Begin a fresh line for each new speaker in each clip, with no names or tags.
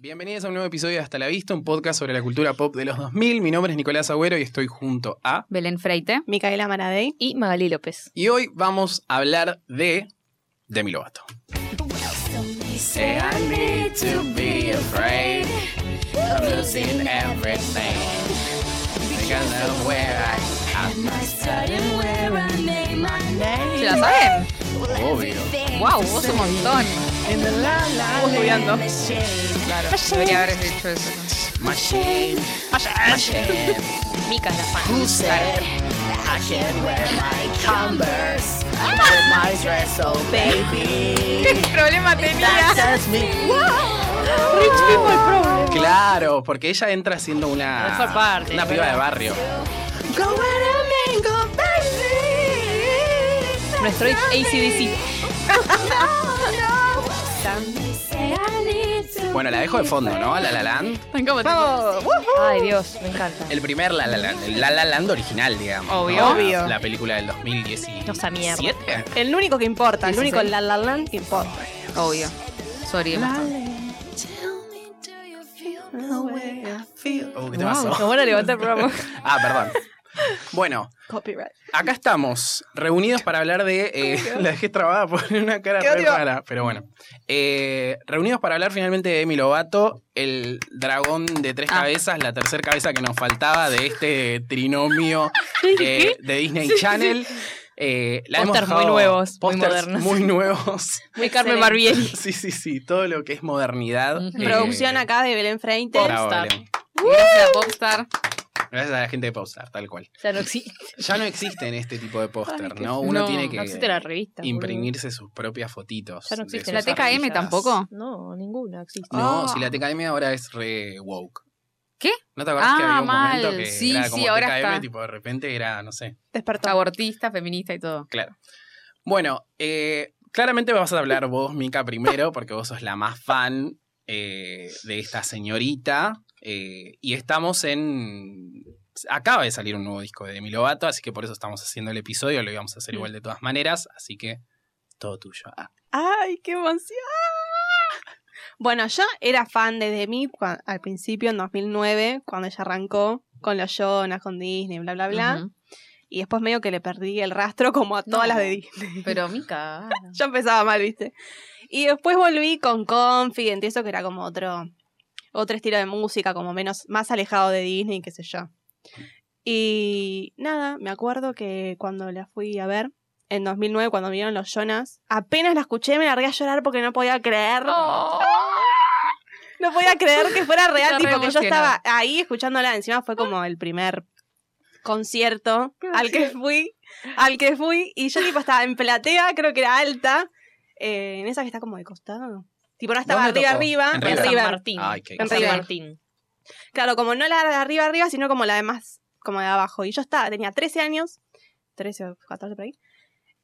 Bienvenidos a un nuevo episodio de Hasta la Vista, un podcast sobre la cultura pop de los 2000. Mi nombre es Nicolás Agüero y estoy junto a...
Belén Freite
Micaela Maradei.
y Magali López.
Y hoy vamos a hablar de Demi Lovato.
¿Se la saben?
Obvio.
¡Wow! Vos un montón. Vos estudiando. Claro, debería haber hecho eso. Mica es la fan. Claro. ¿Qué problema tenía?
Claro, porque ella entra siendo una...
Esa parte,
una piba
¿verdad?
de barrio.
Nuestro ACDC.
Bueno, la dejo de fondo, ¿no? La La Land.
¿Cómo te Ay, Dios, me encanta.
El primer La La Land, el La La Land original, digamos. ¿no?
Obvio.
La-
Obvio.
La película del 2017.
No, esa mierda.
El único que importa, el
Sí, sí,
único
sí.
la la land que importa.
Obvio. Sorry, bastante.
Oh, ¿qué te pasó?
Me voy a levantar el programa.
Ah, perdón. Bueno,
Copyright.
acá estamos, reunidos para hablar de. eh, la dejé trabada por una cara
Quedó
re
trabada.
rara, pero bueno. Eh, reunidos para hablar finalmente de Demi Lovato, el dragón de tres
Ah.
cabezas, la tercera cabeza que nos faltaba de este trinomio eh, de Disney Channel. Eh, la hemos
Pósters muy
dejado-
nuevos, muy
pósters
modernos.
Muy nuevos.
Muy Carmen
Excelente.
Barbieri.
Sí, sí, sí, todo lo que es modernidad.
Ujú.
eh,
Producción acá de Belén Freite.
bravo,
Popstar.
Belén.
Gracias a Popstar.
Gracias a la gente de Popstar, tal cual.
Ya no existe.
Ya no existen este tipo de póster,
Ay, qué-
¿no? Uno
no,
tiene que
No existe la revista. boludo.
imprimirse sus propias fotitos.
Ya no
de
existe
sus
¿La TKM
artistas.
tampoco?
No, ninguna existe.
No,
Ah.
si la TKM ahora es re woke.
¿Qué?
¿No te acuerdas que
Ah,
había un
mal.
momento que
Sí,
era
sí,
como
ahora
TKM,
está.
tipo de repente era, no sé,
Despertó.
Abortista, feminista y todo.
claro. Bueno, eh, claramente vas a hablar vos, Mica, primero, porque vos sos la más fan eh, de esta señorita. eh, y estamos en... Acaba de salir un nuevo disco de Demi Lovato, así que por eso estamos haciendo el episodio, lo íbamos a hacer igual de todas maneras, así que todo tuyo. Ah.
Ay, qué emoción. Bueno, yo era fan de Demi cua- al principio, en 2009, cuando ella arrancó con los Jonas, con Disney, bla, bla, bla.
Ujú.
Y después medio que le perdí el rastro como a todas
No.
las de Disney.
Pero Mica.
Yo empezaba mal, viste. Y después volví con Confident y eso que era como otro, otro estilo de música, como menos, más alejado de Disney, qué sé yo. Y nada, me acuerdo que cuando la fui a ver, en 2009, cuando vinieron los Jonas, apenas la escuché me largué a llorar porque no podía creer.
¡Oh!
No podía creer que fuera real,
Está
tipo
re
que yo
emocionada.
estaba ahí escuchándola. Encima fue como el primer concierto al que fui, al que fui. Y yo tipo estaba en platea, creo que era alta, eh, en esa que está como de costado. Tipo no estaba
¿Dónde
arriba,
tocó?
arriba,
En
en
River.
River.
San Martín.
Ay, qué-
En
San
River.
Martín.
Claro, como no la de arriba, arriba, sino como la de más, como de abajo. Y yo estaba, tenía 13 años, 13 o 14 por ahí.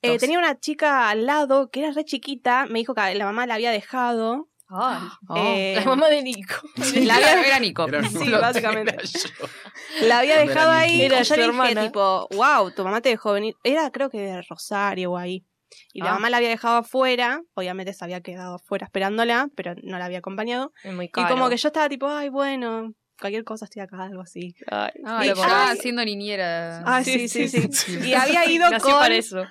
Eh,
Doce.
tenía una chica al lado que era re chiquita, me dijo que la mamá la había dejado.
Oh,
Eh,
la mamá de Nico.
la-
La vida era Nico.
Era
Sí,
lo-
básicamente.
era yo.
La había
Cuando
dejado
era
ahí.
niña.
Era
Era
yo
su
le dije,
hermana.
tipo, wow, tu mamá te dejó venir. Era, creo que de Rosario o ahí. Y la
Ah.
mamá la había dejado afuera. Obviamente se había quedado afuera esperándola, pero no la había acompañado.
Es muy
Y como que yo estaba tipo, ay, bueno, cualquier cosa estoy acá, algo así.
Ay,
Ah,
Y-
la mamá
ay.
siendo niñera.
Ah, sí, sí, sí. Y había ido
Nació
con.
para eso.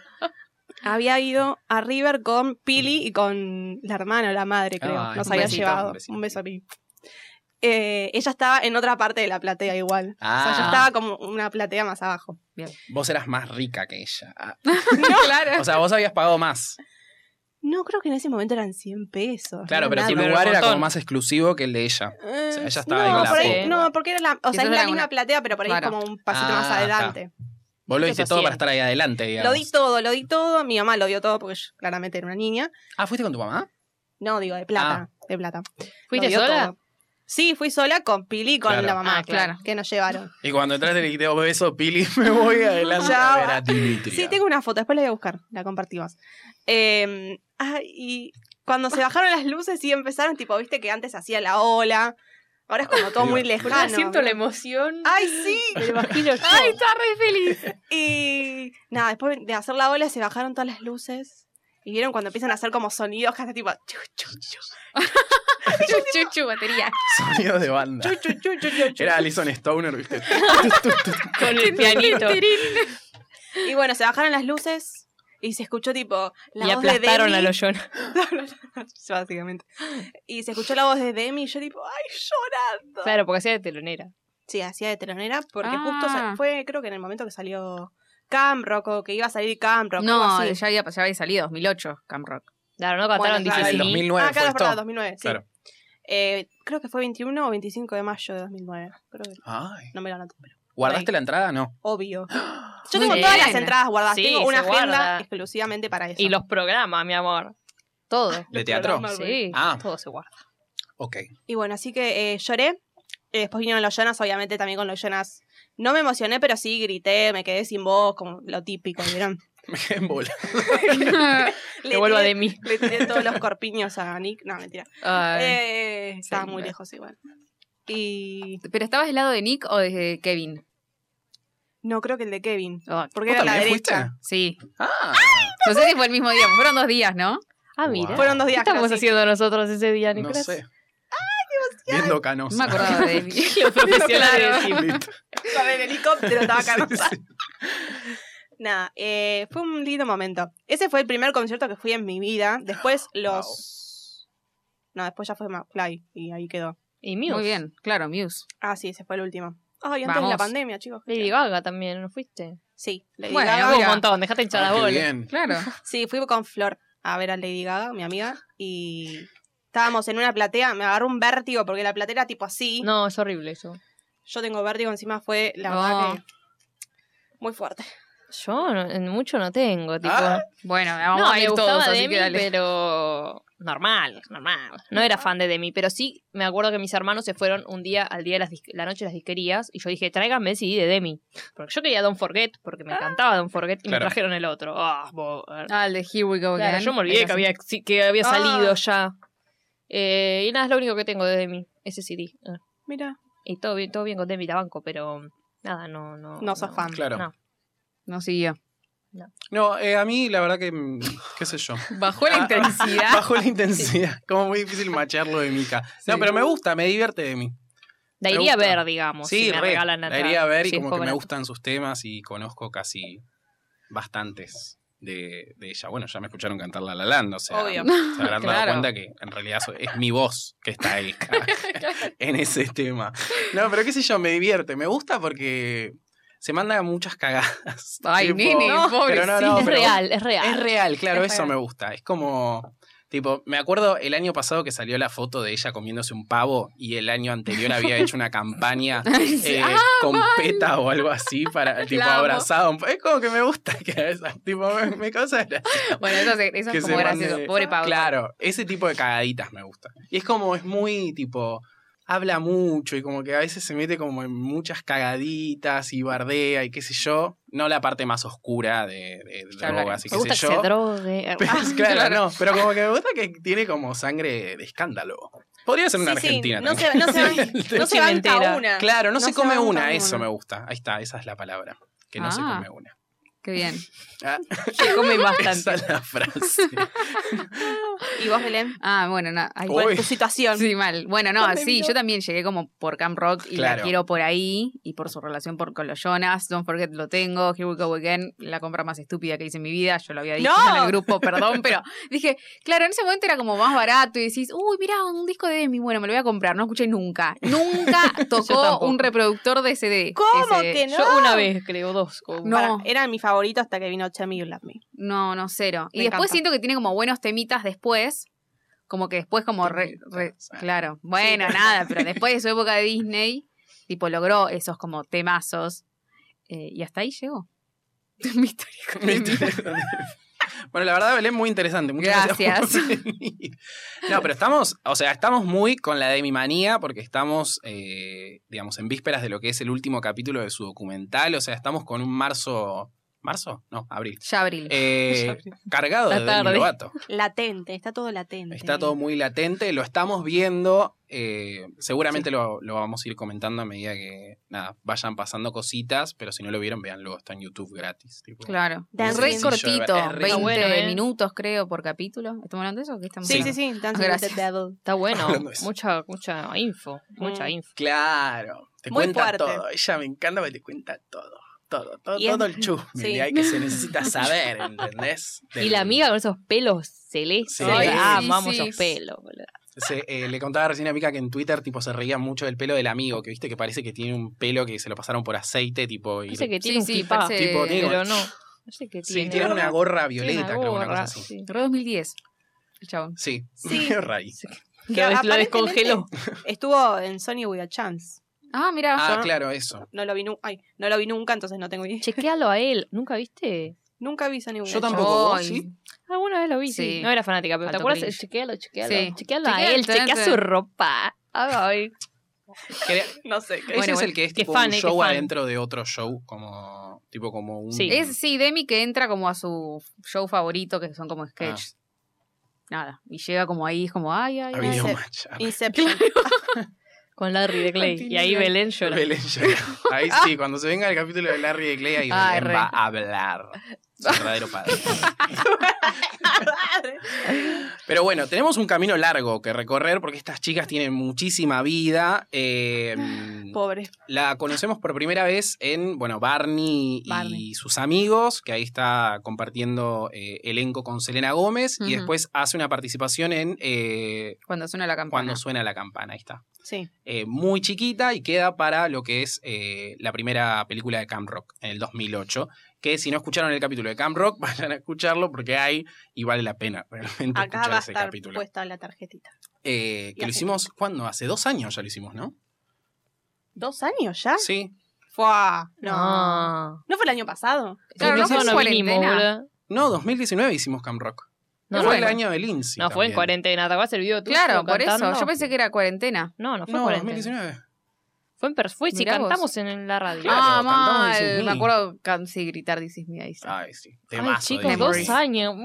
Había ido a River con Pili y con la hermana o la madre, creo.
Mm. Ay,
Nos
un
había
besito,
llevado.
un besito.
Un beso a Pili. Eh, ella estaba en otra parte de la platea igual. O sea, yo
Ah.
estaba como una platea más abajo.
Vos eras más rica que ella. Ah,
claro.
O sea, vos habías pagado más.
No, creo que en ese momento eran 100 pesos.
Claro,
no
pero
era
tu
nada.
pero
lugar
un
era como
montón.
más exclusivo que el de ella.
Eh,
sea, ella estaba ahí
no,
con la
por ahí-
popa.
no, porque era la, o sea,
Quizás
es la
era
misma
una-
platea, pero por ahí es
Claro.
como un pasito más
Ah, está.
adelante.
Vos lo
Eso
diste
es
todo
cien.
para estar ahí adelante, digamos.
Lo di todo, lo di todo. Mi mamá lo dio todo porque yo claramente era una niña.
Ah, ¿fuiste con tu mamá?
No, digo, de plata, de plata.
¿Fuiste
Lo dio
sola?
todo. Sí, fui sola con Pili y con
Claro.
la mamá,
Ah, claro.
que nos llevaron.
Y cuando entraste le dijiste, oh, beso, Pili, me voy adelante
Ya
a
va.
ver a Dimitri.
Sí, tengo una foto, después la voy a buscar, la compartimos. Eh, ah, y cuando se bajaron las luces y empezaron, tipo, viste que antes hacía la ola. Ahora es como todo muy
Boludo,
lejano.
siento la emoción.
Ah.
¡Ay, sí!
Me lo imagino yo.
Ay, está re feliz.
Y nada, después de hacer la ola se bajaron todas las luces. Y vieron cuando empiezan a hacer como sonidos que hasta tipo. chu, chu, chu.
Chu, chu, batería.
Sonido de banda. Era Alison Stoner, ¿viste?
Con el pianito.
Y bueno, se bajaron las luces y se escuchó tipo la
y
voz de
aplastaron
Demi.
a los Jonas.
básicamente. Y se escuchó la voz de Demi y yo tipo, ay, llorando.
Claro, porque hacía de telonera.
Sí, hacía de telonera porque
Ah.
justo sa- fue, creo que en el momento que salió Cam Rock o que iba a salir Cam Rock. algo
No,
así.
ya había, ya había salido 2008, Cam Rock.
Claro, no cantaron
Bueno,
Ah, del
claro,
dije sí.
2009
ah,
fue
claro, es verdad,
esto.
2009, sí.
Claro.
Eh, creo que fue 21 o 25 de mayo de 2009. Creo que
Ay.
no me lo anoté, pero
¿Guardaste
Ahí.
la entrada? No.
obvio. Yo
Muy
tengo todas
bien.
las entradas guardadas.
Sí,
tengo una
se
agenda
guarda.
exclusivamente para eso.
Y los programas, mi amor.
Ah,
Todo.
¿De teatro?
programas.
Sí,
Ah.
todo se guarda.
Ok.
Y bueno, así que eh, lloré. Eh, después vinieron los Jonas, obviamente también con los Jonas. No me emocioné, pero sí grité, me quedé sin voz, como lo típico, ¿vieron?
Me quedé en bola.
Le
Te vuelvo a
tiré-
de mí.
Le tiré todos los corpiños a Nick. No, mentira.
Ay.
Eh, estaba muy
me-
lejos igual. Y
¿Pero estabas del lado de Nick o de Kevin?
no creo que el de Kevin.
Oh,
Porque
¿Vos
era a la
también
derecha.
fuiste?
sí.
Ah.
No sé si fue el mismo día, fueron dos días, ¿no?
Ah,
Wow.
mira.
Fueron dos
¿Qué
días. creo,
estamos
sí.
haciendo nosotros ese día,
No
Nicolás?
sé. Viendo canos.
No me acordaba de él.
Los profesionales
Claro.
decimos.
Con el helicóptero estaba acá.
Sí, sí.
Nada, eh, fue un lindo momento. Ese fue el primer concierto que fui en mi vida. Después los... No, después ya fue Fly y ahí quedó.
Y Muse.
Muy bien, claro, Muse.
Ah, sí, ese fue el último. Ay, antes de la
Vamos.
pandemia, chicos. qué
Lady
feo.
Gaga también, ¿no fuiste?
Sí, Lady
Bueno,
Gaga.
Hubo Eh, un
Gaga.
montón, dejate hinchar
Ah,
la
qué
bola.
bien.
Claro.
Sí, fui con Flor a ver a Lady Gaga, mi amiga, y estábamos en una platea, me agarró un vértigo porque la platea era tipo así.
No, es horrible eso.
Yo tengo vértigo encima, fue la
No.
verdad que muy fuerte.
Yo no- en mucho no tengo, tipo.
Ah,
Bueno, vamos
no,
a
me
ir
gustaba
todos, así
Demi,
que dale.
pero normal, normal. No era fan de Demi, pero sí me acuerdo que mis hermanos se fueron un día al día de las dis- la noche de las disquerías y yo dije, tráiganme el CD de Demi. Porque yo quería Don't Forget, porque me encantaba Don't Forget y
Claro.
me trajeron el otro. Ah, bo-
Ah, el de Here We Go
Claro,
Again.
yo me olvidé que había, exi- que había
Ah.
salido ya. Eh, y nada, es lo único que tengo de Demi, ese CD. Ah,
Mira,
Y todo bien, todo bien con Demi la banco, pero nada, no, no.
no sos fan.
Claro.
No.
No siguió.
No, eh, a mí la verdad que, mm, qué sé yo,
Bajó la
Ah,
intensidad.
bajo la intensidad, como muy difícil macharlo de Mika. No,
Sí.
pero me gusta, me divierte de mí.
La
Me
iría a
gusta.
ver, digamos,
sí,
si me
re,
regalan
la
atrás.
iría a ver y
Sí,
como que me
cobran.
gustan sus temas y conozco casi bastantes de, de ella. Bueno, ya me escucharon cantar La La Land, o sea,
Obvio.
se habrán dado
Claro.
cuenta que en realidad so- es mi voz que está ahí en ese tema. No, pero qué sé yo, me divierte, me gusta porque se manda muchas cagadas.
Ay,
Tipo,
nene,
pero no, no,
pobrecito.
Es
pero-
real, es real.
Es real, claro,
Es
eso me
real.
gusta. Es como, tipo, me acuerdo el año pasado que salió la foto de ella comiéndose un pavo y el año anterior había hecho una campaña
ah.
eh,
ah,
con peta o algo así para, tipo,
amo.
abrazado. Es como que me gusta que a veces, tipo, me, me causa gracia.
Bueno, eso, se- eso
Que
es como
se
gracioso.
mande-
Ah,
Pobre Pablo.
Claro, ese tipo de cagaditas me gusta. Y es como, es muy, tipo... Habla mucho y como que a veces se mete como en muchas cagaditas y bardea y qué sé yo. No la parte más oscura de, de
Claro.
drogas y qué
me gusta
sé
que
yo.
se drogue.
Pero, claro, no, pero como que me gusta que tiene como sangre de escándalo. Podría ser una
Sí, sí,
argentina
no
también.
se, no se,
Sí.
no se banca
Chimentera.
una.
Claro, no,
No
se,
se
come
banca
una,
una.
eso me gusta. Ahí está, esa es la palabra. Que no se
Ah.
come una.
Qué bien.
Ah,
Se comen
esa
bastante.
es la frase.
Y vos, Belén,
Ah, bueno, no. ay,
Uy.
¿cuál es tu situación?
Sí, mal. Bueno, no,
¿Dónde
sí,
vino?
yo también llegué como por Camp Rock y
Claro.
la quiero por ahí y por su relación por, con los Jonas. Don't Forget lo tengo. Here We Go Again, la compra más estúpida que hice en mi vida. Yo lo había dicho
¡No!
en el grupo, perdón, pero dije, claro, en ese momento era como más barato y decís, uy, mirá, un disco de Demi. Bueno, me lo voy a comprar. No escuché nunca. Nunca tocó
tampoco.
un reproductor de CD.
¿Cómo
Ese-
que no?
Yo una vez, creo, dos. como-
No.
Para- era mi favorito hasta que vino Chemi You Love Me.
No, no, cero. y
Me
después
encanta.
siento que tiene como buenos temitas después. Como que después como... re- re-
Temitas.
claro. Bueno, nada, pero después de su época de Disney, tipo, logró esos como temazos. eh, y hasta ahí llegó. Mi historia con Demi.
bueno, la verdad, Belén, muy interesante. Muchas gracias. por venir. no, pero estamos, o sea, estamos muy con la de mi manía porque estamos, eh, digamos, en vísperas de lo que es el último capítulo de su documental. O sea, estamos con un marzo ¿Marzo? No, abril.
Ya abril.
Eh, cargado
Está
de
tarde.
Demi Lovato.
Latente, está todo latente.
Está todo muy latente, lo estamos viendo. eh, seguramente lo, lo vamos a ir comentando a medida que nada, vayan pasando cositas, pero si no lo vieron, véanlo, está en YouTube gratis. tipo.
Claro.
Dan
Re
Sencillo
cortito,
de ver, es re
20
bueno, ¿eh?
minutos creo por capítulo. ¿Estamos hablando de eso? o ¿Qué estamos
Sí, Ah, sí,
hablando?
sí, Dancing
Gracias.
with the Devil.
Está bueno.
Hablando de eso.
Mucha, mucha info. Mucha
Mm.
info.
Claro, te
Muy
cuenta
fuerte.
todo. Ella me encanta porque te cuenta todo. Todo, todo,
Y es-
todo el chusme
sí.
de ahí que se necesita saber, ¿entendés?
Y
Del-
la amiga con esos pelos celestes.
Sí.
Ay,
Sí,
amamos
sí.
esos pelos, boludo.
se- eh, le contaba recién a Mica que en Twitter tipo se reía mucho del pelo del amigo, que viste que parece que tiene un pelo que se lo pasaron por aceite, tipo, y
Parece que
Sí,
tiene un
sí,
kipá,
parece-
Tipo, tiene-
pero no. No sé qué
Sí,
tiene.
tiene una gorra violeta,
Tiene una
creo, una cosa
gorra,
así.
sí.
Re 2010. El chabón.
Sí,
Sí.
medio raíz.
Que
Lo, des- lo
aparentemente
descongeló.
Estuvo en Sony with a Chance.
Ah, mira.
Ah, claro, eso.
No lo vi, nu- ay, no lo vi nunca, entonces no tengo idea.
Chequealo a él. ¿Nunca viste?
Nunca vi Sony with
Yo
a Chance.
tampoco, vos,
Ay,
sí.
Alguna vez lo vi, sí.
Sí.
No era fanática, pero ¿te
Faltó
acuerdas?
cringe.
Chequealo, chequealo.
Sí.
Chequealo a
Chequea,
él, chequea
chequea.
su ropa. Ay,
Que-
No sé. qué-
ese
Bueno,
es
bueno.
el que es
Qué
tipo
fan,
un
eh, qué
show
fan.
adentro de otro show, como tipo como un
Sí.
Es, sí, Demi que entra como a su show favorito, que son como sketches. Nada. Y llega como ahí, es como, ay, ay,
a
ay.
video
ese-
match. Ah, A
Inception.
con Larry de Clay. Y ahí
Continúa.
Belén llora.
Belén llega. Ahí sí, cuando se venga el capítulo de Larry de Clay, ahí
Ay,
Belén
re.
va a hablar. Su verdadero padre. Pero bueno, tenemos un camino largo que recorrer porque estas chicas tienen muchísima vida. Eh,
Pobre.
La conocemos por primera vez en, bueno, Barney y
Barney.
sus amigos, que ahí está compartiendo eh, elenco con Selena Gómez,
Ujú.
y después hace una participación en eh,
Cuando suena la campana.
Cuando suena la campana, ahí está.
Sí.
Eh, muy chiquita y queda para lo que es eh, la primera película de Camp Rock, en el 2008, que si no escucharon el capítulo de Camp Rock, vayan a escucharlo porque hay y vale la pena realmente
Acá
escuchar
va a
ese
estar
capítulo.
puesta la tarjetita.
Eh,
y
que lo
hace
hicimos, ¿cuándo? Hace dos años ya lo hicimos, ¿no?
¿Dos años ya?
Sí.
Fua. No.
No.
¿No fue el año pasado?
Claro,
no,
no fue en
no vinimos,
cuarentena.
boludo.
No, 2019 hicimos Camp Rock.
No,
fue
no,
el
no.
año del INSI.
No, fue en
también.
cuarentena. ¿Te acuerdas el video tuyo
Claro, por
cantando?
eso. Yo pensé que era cuarentena.
No, no fue en
No,
cuarentena.
2019.
Fue en per- fue- sí,
Mirá vos.
cantamos en la radio.
Claro,
ah,
cantamos This Is
mal. Me
Me.
acuerdo can- sí, gritar This is me ahí. sí.
Ay, sí.
Ay,
Temazo de
chicos,
Memories.
dos años.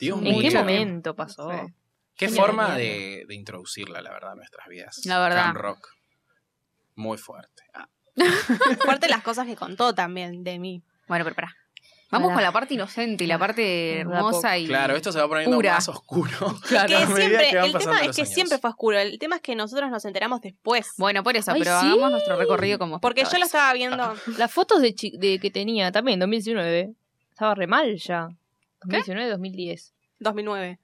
Dios
¿En qué
mío.
momento pasó?
Sí.
Qué
Genial,
forma
genial.
de, de introducirla, la verdad, a nuestras vidas.
La verdad.
Camp rock. Muy fuerte. Ah,
Fuerte las cosas que contó también de mí.
Bueno, pero pará. Vamos
Pará.
con la parte inocente y la parte
Da poco.
hermosa y.
claro, esto se va poniendo
Pura.
más oscuro.
Que
a medida
siempre,
que van
el
pasando
tema es
los
que
años.
siempre fue oscuro. El tema es que nosotros nos enteramos después.
Bueno, por eso,
Ay,
pero
sí.
hagamos nuestro recorrido como.
Porque yo lo
espectadores.
estaba viendo.
Las fotos de, chi- de que tenía también, 2019. Estaba re mal ya. 2019, 2010.
2009.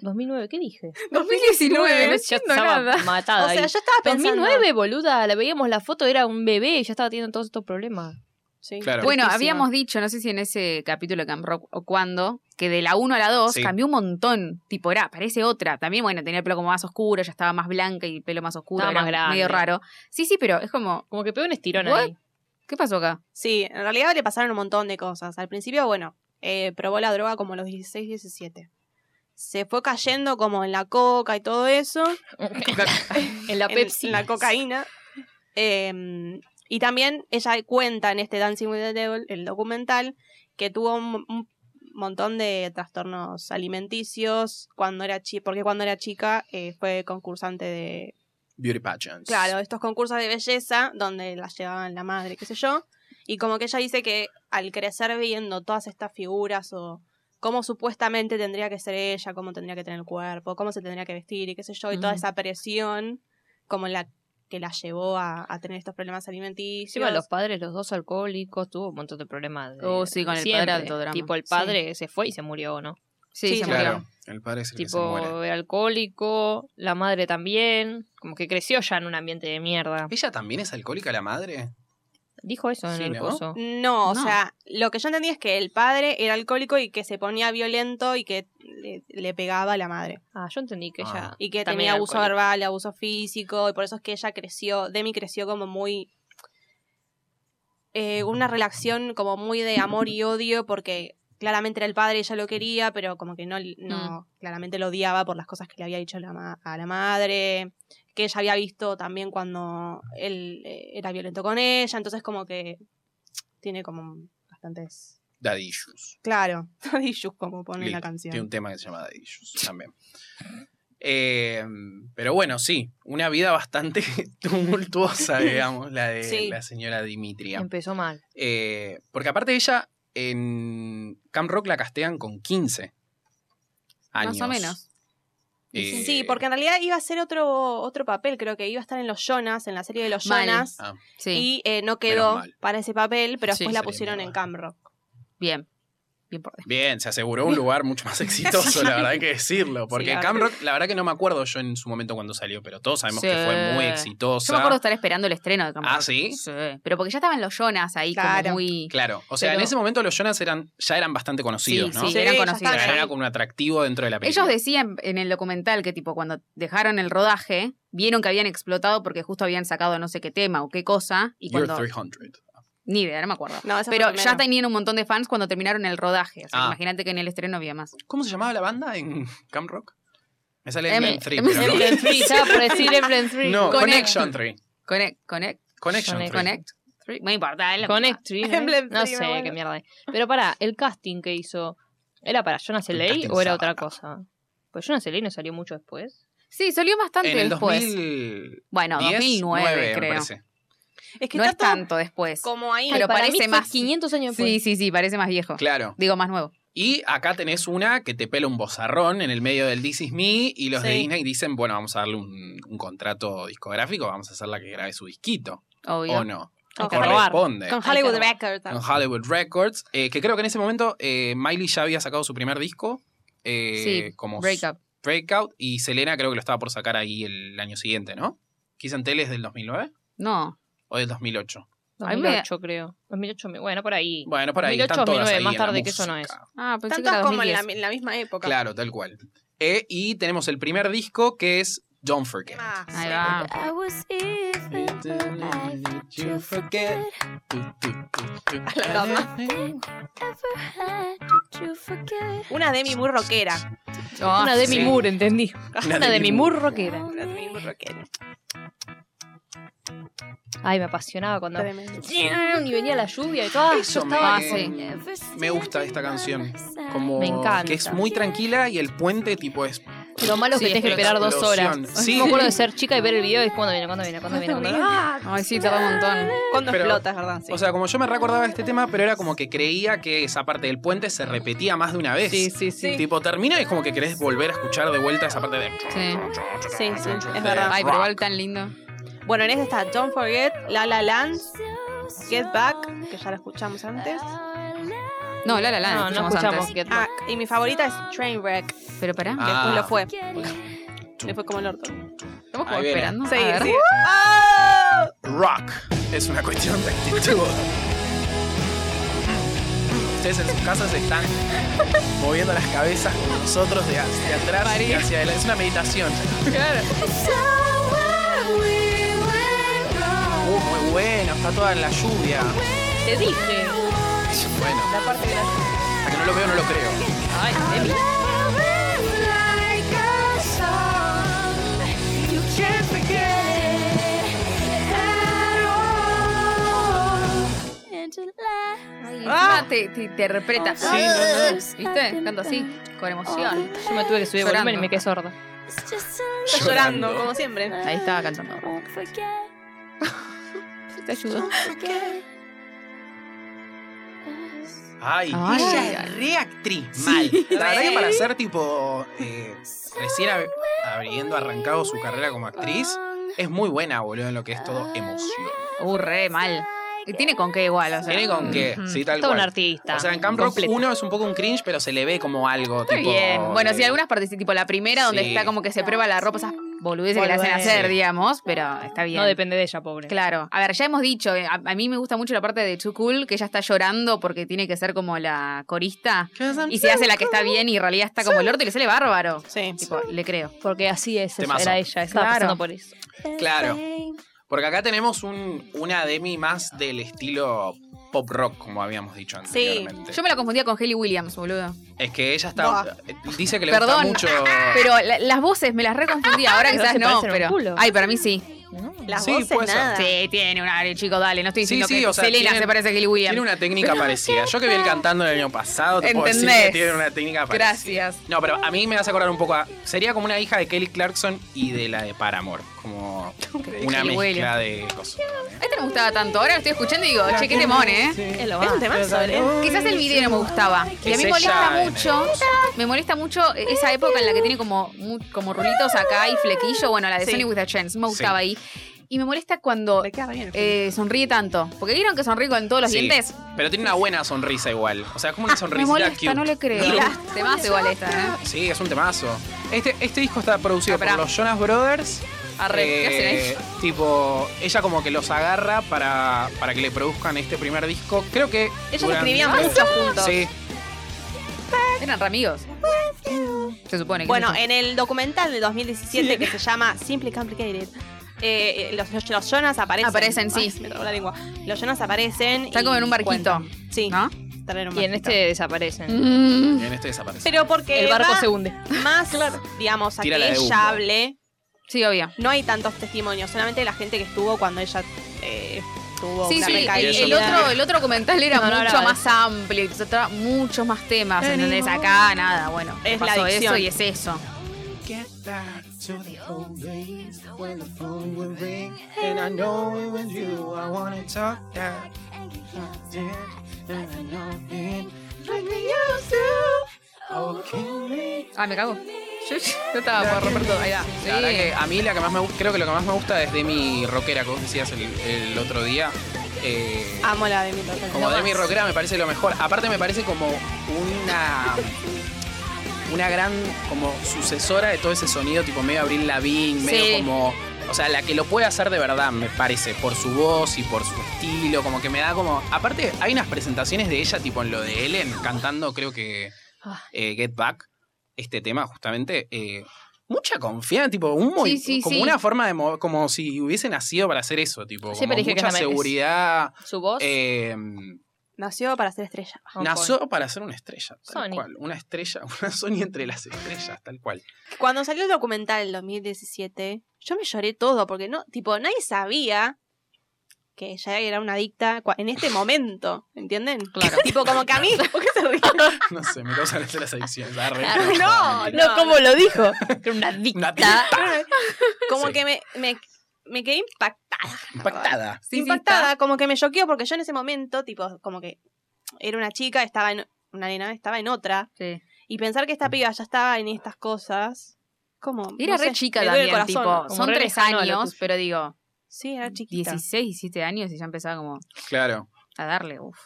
2009, ¿qué dije?
2019, no
ya
entiendo
estaba
nada.
Ah,
matada.
o sea,
ahí.
yo estaba pensando.
2009, boluda, la veíamos la foto, era un bebé y ya estaba teniendo todos estos problemas.
Sí.
Claro.
Bueno,
Tristísima.
habíamos dicho, no sé si en ese capítulo de Camp Rock o cuándo, que de la 1 a la 2
Sí.
cambió un montón. Tipo, era, parece otra. También, bueno, tenía el pelo como más oscuro, ya estaba más blanca y el pelo más oscuro,
Estaba
era
más grande.
medio raro. Sí, sí, pero es como,
Como que pegó un estirón
What?
ahí.
¿qué pasó acá?
Sí, en realidad le pasaron un montón de cosas. Al principio, bueno, eh, probó la droga como a los 16, 17. Se fue cayendo como en la coca y todo eso.
en la
en-
Pepsi.
en la cocaína. Eh, y también ella cuenta en este Dancing with the Devil, el documental, que tuvo un, un montón de trastornos alimenticios cuando era chica, porque cuando era chica eh, fue concursante de,
Beauty pageants.
claro, estos concursos de belleza donde las llevaban la madre, qué sé yo. Y como que ella dice que al crecer viendo todas estas figuras o cómo supuestamente tendría que ser ella, cómo tendría que tener el cuerpo, cómo se tendría que vestir y qué sé yo, y toda
Ujú.
esa presión como la que la llevó a, a tener estos problemas alimenticios.
Encima los padres, los dos alcohólicos, tuvo un montón de problemas. de-
Oh, sí, con el
siempre.
padre alto drama.
Tipo, el padre se fue y se murió, ¿no?
Sí,
Sí,
se
ya.
murió.
Claro, el padre es el que se muere.
Tipo, era alcohólico, la madre también. Como que creció ya en un ambiente de mierda.
¿Ella también es alcohólica, la madre?
Dijo eso en
Sí,
el
¿no?
coso.
No, o
No.
sea, lo que yo entendí es que el padre era alcohólico y que se ponía violento y que le, le pegaba a la madre.
Ah, yo entendí que
Ah.
ella.
Y que
También
tenía abuso
alcohólica.
verbal, abuso físico, y por eso es que ella creció, Demi creció como muy... eh, una relación como muy de amor y odio, porque claramente era el padre, ella lo quería, pero como que no, no claramente lo odiaba por las cosas que le había dicho la ma- a la madre, que ella había visto también cuando él eh, era violento con ella, entonces como que tiene como bastantes
Daddy Issues.
Claro, Daddy Issues, como pone la
Listo. Tiene
canción.
un tema que se llama Daddy Issues también. Eh, pero bueno, sí, una vida bastante tumultuosa, digamos, la de
Sí.
la señora Dimitria.
Empezó mal.
Eh, porque aparte ella en Camp Rock la castean con 15 años.
Más o menos.
Eh,
Sí, porque en realidad iba a ser otro, otro papel, creo que iba a estar en los Jonas, en la serie de los
Mal.
Jonas,
Ah,
Sí.
y eh, no quedó
mal.
para ese papel, pero
Sí,
después la
sería
pusieron
muy
en
mal.
Cam Rock.
Bien. Bien por dentro.
Bien, se aseguró un lugar mucho más exitoso, la verdad hay que decirlo. Porque
la
Camp Rock, la verdad que no me acuerdo yo en su momento cuando salió, pero todos sabemos
Sí.
que fue muy
Yo
exitosa.
me acuerdo estar esperando el estreno de Camp
Ah,
Rock.
¿sí?
Pero porque ya estaban los Jonas ahí
Claro.
como muy...
Claro, o sea,
Pero-
en ese momento los Jonas eran, ya eran bastante conocidos,
sí,
¿no?
sí,
Sí,
eran
ya
conocidos.
Ya
estaban
era
ahí.
como un atractivo dentro de la película.
Ellos decían en el documental que tipo cuando dejaron el rodaje, vieron que habían explotado porque justo habían sacado no sé qué tema o qué cosa. Y
You're
cuando...
300.
Ni idea, no me acuerdo.
No, esa fue
Pero
primero.
ya tenían un montón de fans cuando terminaron el rodaje. O sea,
Ah.
imagínate que en el estreno había más.
¿Cómo se llamaba la banda en Camp Rock? Me sale
M-
Emblem 3.
M-
pero no.
Emblem Three, estaba por decir Emblem Three.
No,
Connect.
Connection 3.
Connect, connect,
Connection
Connect.
3.
connect. three. No importa, es la misma.
Connect, Tree, ¿no?
Emblem
¿eh? no
Three,
sé
me acuerdo.
qué mierda es. Pero pará, el casting que hizo, ¿era para Jonas
El
L.A.
casting
o era
sábado.
otra cosa? Pues Jonas L.A. no salió mucho después.
Sí, salió bastante
En el
después.
2000...
Bueno,
10,
2009
me
creo.
parece.
Es que
No es
está todo pues.
tanto después.
como ahí.
Pero
Ay, para
parece
mí fue
más-
500 años
Sí,
después.
sí, sí, parece más viejo.
Claro.
Digo, más nuevo.
Y acá tenés una que te pela un bozarrón en el medio del This Is Me y los de
Sí.
Disney dicen, bueno, vamos a darle un, un contrato discográfico, vamos a hacerla que grabe su disquito.
Obvio.
¿O no?
Hay que robar.
Corresponde.
con Hollywood
Ay,
Records.
Con Hollywood Records, eh, que creo que en ese momento eh, Miley ya había sacado su primer disco. eh,
Sí,
como
Breakup.
Breakout. Y Selena creo que lo estaba por sacar ahí el año siguiente, ¿no? Kiss and Tell es del 2009
No.
o del 2008.
A mí me-
2008 creo. 2008, me- bueno, por ahí.
Bueno, por ahí.
2008,
están todas
2009,
ahí
más
en la
tarde que eso no es.
música.
Ah, pensé que
Tanto
era
como en la,
2010.
en la misma época.
Claro, tal cual. Eh, y tenemos el primer disco que es Don't Forget.
Ah,
Ahí va.
I was even alive. You forget. Everything ever had. You forget.
Una Demi muy rockera.
Oh,
Una de
Ah, sí.
mi Moore, entendí.
Una
Una de
Demi
mi Moore rockera.
Una Demi muy rockera.
Ay, me apasionaba cuando...
Tremendo.
Y venía la lluvia y todo.
Eso
Yo estaba...
me-
Ah, sí.
Me gusta esta canción. Como
Me encanta.
Que es muy tranquila y el puente tipo es...
Lo malo es que
Sí,
tenés que esperar dos horas.
explosión. Sí.
Me acuerdo de ser chica y ver el video y cuando viene, cuando viene, cuando viene, cuando viene.
Ay, sí, tarda un montón.
Cuando
Pero-
explota, es verdad. Sí.
O sea, como yo me recordaba este tema, pero era como que creía que esa parte del puente se repetía más de una vez.
Sí, sí, sí.
Tipo, termina y es como que querés volver a escuchar de vuelta esa parte de...
Sí.
sí, sí, es verdad.
Ay, pero igual tan lindo.
Bueno, en esta está Don't Forget, La La Land, Get Back, que ya la escuchamos antes.
No, la la la,
No, no
escuchamos
escuchamos
antes.
Get
Ah, y mi favorita es Trainwreck, que
Pero pará,
Ah.
después lo fue. Le fue como el orto.
estamos como
ahí viene.
esperando.
Sí,
A ver.
sí. ¡Ah!
Rock es una cuestión de actitud. Ustedes en sus casas están moviendo las cabezas como nosotros de hacia atrás y hacia adelante. Es una meditación. Uh, muy bueno, está toda la lluvia.
Te dije.
Bueno,
La parte de la-
hasta que no lo veo, no lo creo.
Ay, Demi.
Ah, te, te, te interpreta.
Sí, no, no.
¿Viste? Canto así, con emoción.
Yo me tuve que subir el
Llorando.
volumen y me quedé sorda.
Está llorando, como siempre.
Ahí estaba cantando. Te ayudo.
Ay,
Ay.
ella es reactriz. Mal. La verdad que para ser tipo eh, recién hab- habiendo arrancado su carrera como actriz, es muy buena, boludo, en lo que es todo emoción.
Uh, re mal. Y tiene con qué igual, o sea.
Tiene con qué,
Ah. Ujú.
sí, tal
Todo un
cual.
artista.
O sea, en Camp Rock
completo.
1 es un poco un cringe, pero se le ve como algo.
Está
tipo, eh,
bien. Bueno,
de-
sí, algunas partes, tipo la primera, donde
Sí.
está como que se prueba la ropa, esas boludeces que le hacen
Boludez.
hacer,
Sí.
digamos, pero está bien.
No depende de ella, pobre.
Claro. A ver, ya hemos dicho, eh, a, a mí me gusta mucho la parte de Too Cool, que ella está llorando porque tiene que ser como la corista. Y se hace la que está bien y en realidad está como el orto y le sale bárbaro.
Sí.
Tipo, le creo.
Porque así es,
Temazo.
era ella, estaba
Claro.
pasando por eso.
Claro. Porque acá tenemos un, una Demi más del estilo pop rock, como habíamos dicho anteriormente.
Yo me la confundía con Haley Williams, boludo.
Es que ella está. eh,
Buah.
Dice que le
Perdón,
gusta mucho.
Pero la- las voces me las reconfundía, ahora
Pero
quizás
se
no,
parecen un
pero.
culo. Ah.
Ay, para mí sí.
Las
Sí,
voces,
puede ser.
nada.
Sí, tiene una. eh, Chico, dale, no estoy
Sí,
diciendo
sí,
que
o sea,
Selena
tiene-
se parece a Kelly Williams.
Tiene una técnica parecida. Yo que vi el cantando el año pasado, te puedo decir que
¿Entendés?
tiene una técnica parecida.
Gracias.
No, pero a mí me vas a acordar un poco a... Sería como una hija de Kelly Clarkson y de la de Paramore. Como una
Kelly
mezcla de cosas.
Este no me gustaba tanto. Ahora lo estoy escuchando y digo, che, qué temón, ¿eh?
Es un temazo, ¿eh?
Quizás el video no me gustaba. Y a
Es
mí
ella
molesta
en el-
mucho. Me molesta mucho esa época en la que tiene como, mu- como rulitos acá y flequillo. Bueno, la de
Sí.
Sony with a Chance. Me
Sí.
gustaba ahí. Y me molesta cuando
Le queda re bien el
eh, sonríe tanto. Porque vieron que sonríe con todos los
Sí,
dientes. Ah,
Pero tiene una buena sonrisa igual. O sea, es como una
Me
sonrisita
molesta,
cute.
no le creo.
Y la-
Demás igual esta, ¿eh?
Sí, es un temazo. Este, este disco está producido
Ah, pará.
por los Jonas Brothers.
Arre, Ah, ¿qué
Eh,
hacen
tipo, ella como que los agarra para, para que le produzcan este primer disco. Creo que.
Ellos
duran-
escribían mucho juntos.
Sí,
Eran re amigos. Se supone que.
Bueno,
no sé.
en el documental de 2017 que se llama Simply Complicated, eh, eh, los, los- los Jonas aparecen.
Aparecen, sí.
Ay, se me trabó la lengua. Los Jonas aparecen.
Están
y
como en un barquito.
cuentan. Sí,
¿No?
están en un barquito.
Y en este desaparecen.
Mm.
en este desaparece.
Pero porque
El barco
va
se hunde.
más, digamos, a que
Tírala de humo.
ella hable,
Sí, obvio.
no hay tantos testimonios, solamente la gente que estuvo cuando ella eh, tuvo
Sí,
una
sí, el,
recaída.
eso
el
no
otro,
tiene.
el otro documental era
No, no
mucho
hablaba de
más amplio, y trataba muchos más temas, ¿entendés? Acá nada, bueno,
Es la
pasó
adicción.
eso y es eso.
Get back to the old days when the phone would ring
And I know it was you. I wanna talk that
and get
I
yours
did, and I know it.
like we used to.
Ah,
Oh, kill me.
Ah, me cago. Yo, yo estaba por romper todo. Ah, pues, Ahí va.
La verdad que
Sí.
a mí la que más me gusta, creo que lo que más me gusta es Demi Rockera, que vos decías el, el otro día.
Ah,
Eh,
Amo la de mi total.
como
Lo
Demi
más.
Rockera me parece lo mejor. Aparte me parece como una una gran como sucesora de todo ese sonido tipo medio Abril Lavigne, medio
Sí.
como o sea, la que lo puede hacer de verdad, me parece, por su voz y por su estilo, como que me da como aparte hay unas presentaciones de ella tipo en lo de Ellen cantando creo que eh, Get Back este tema justamente eh, mucha confianza, tipo un movi-
Sí, sí,
como
sí.
una forma de mover, como si hubiese nacido para hacer eso, tipo
Sí,
como
pero dije que
mucha
es la- es-
seguridad
Su voz.
eh,
Nació para ser estrella.
on
nació
point.
para ser una estrella, tal
Sony.
cual. Una estrella, una Sony entre las estrellas, tal cual.
Cuando salió el documental en 2017, yo me lloré todo porque no, tipo, nadie sabía que ella era una adicta cua- en este momento, ¿entienden?
Claro.
Tipo, como que a mí, ¿por qué se ríen?
No sé, me causan esas las adicciones. arre.
No,
Una
no,
No, como lo dijo. Era una adicta.
adicta
como
Sí.
que me, me, me quedé impactada.
impactada.
Sí, sí,
impactada, como que me choqueó porque yo en ese momento, tipo, como que era una chica, estaba en una nena, estaba en otra,
Sí.
y pensar que esta piba ya estaba en estas cosas, como...
Mm. Era
no
re
sé,
chica
me duele el
también,
corazón.
tipo, son
re
tres
lejano a lo
años,
tuyo.
pero digo,
Sí, era chiquita.
16, 17 años y ya empezaba como
Claro.
a darle, uff.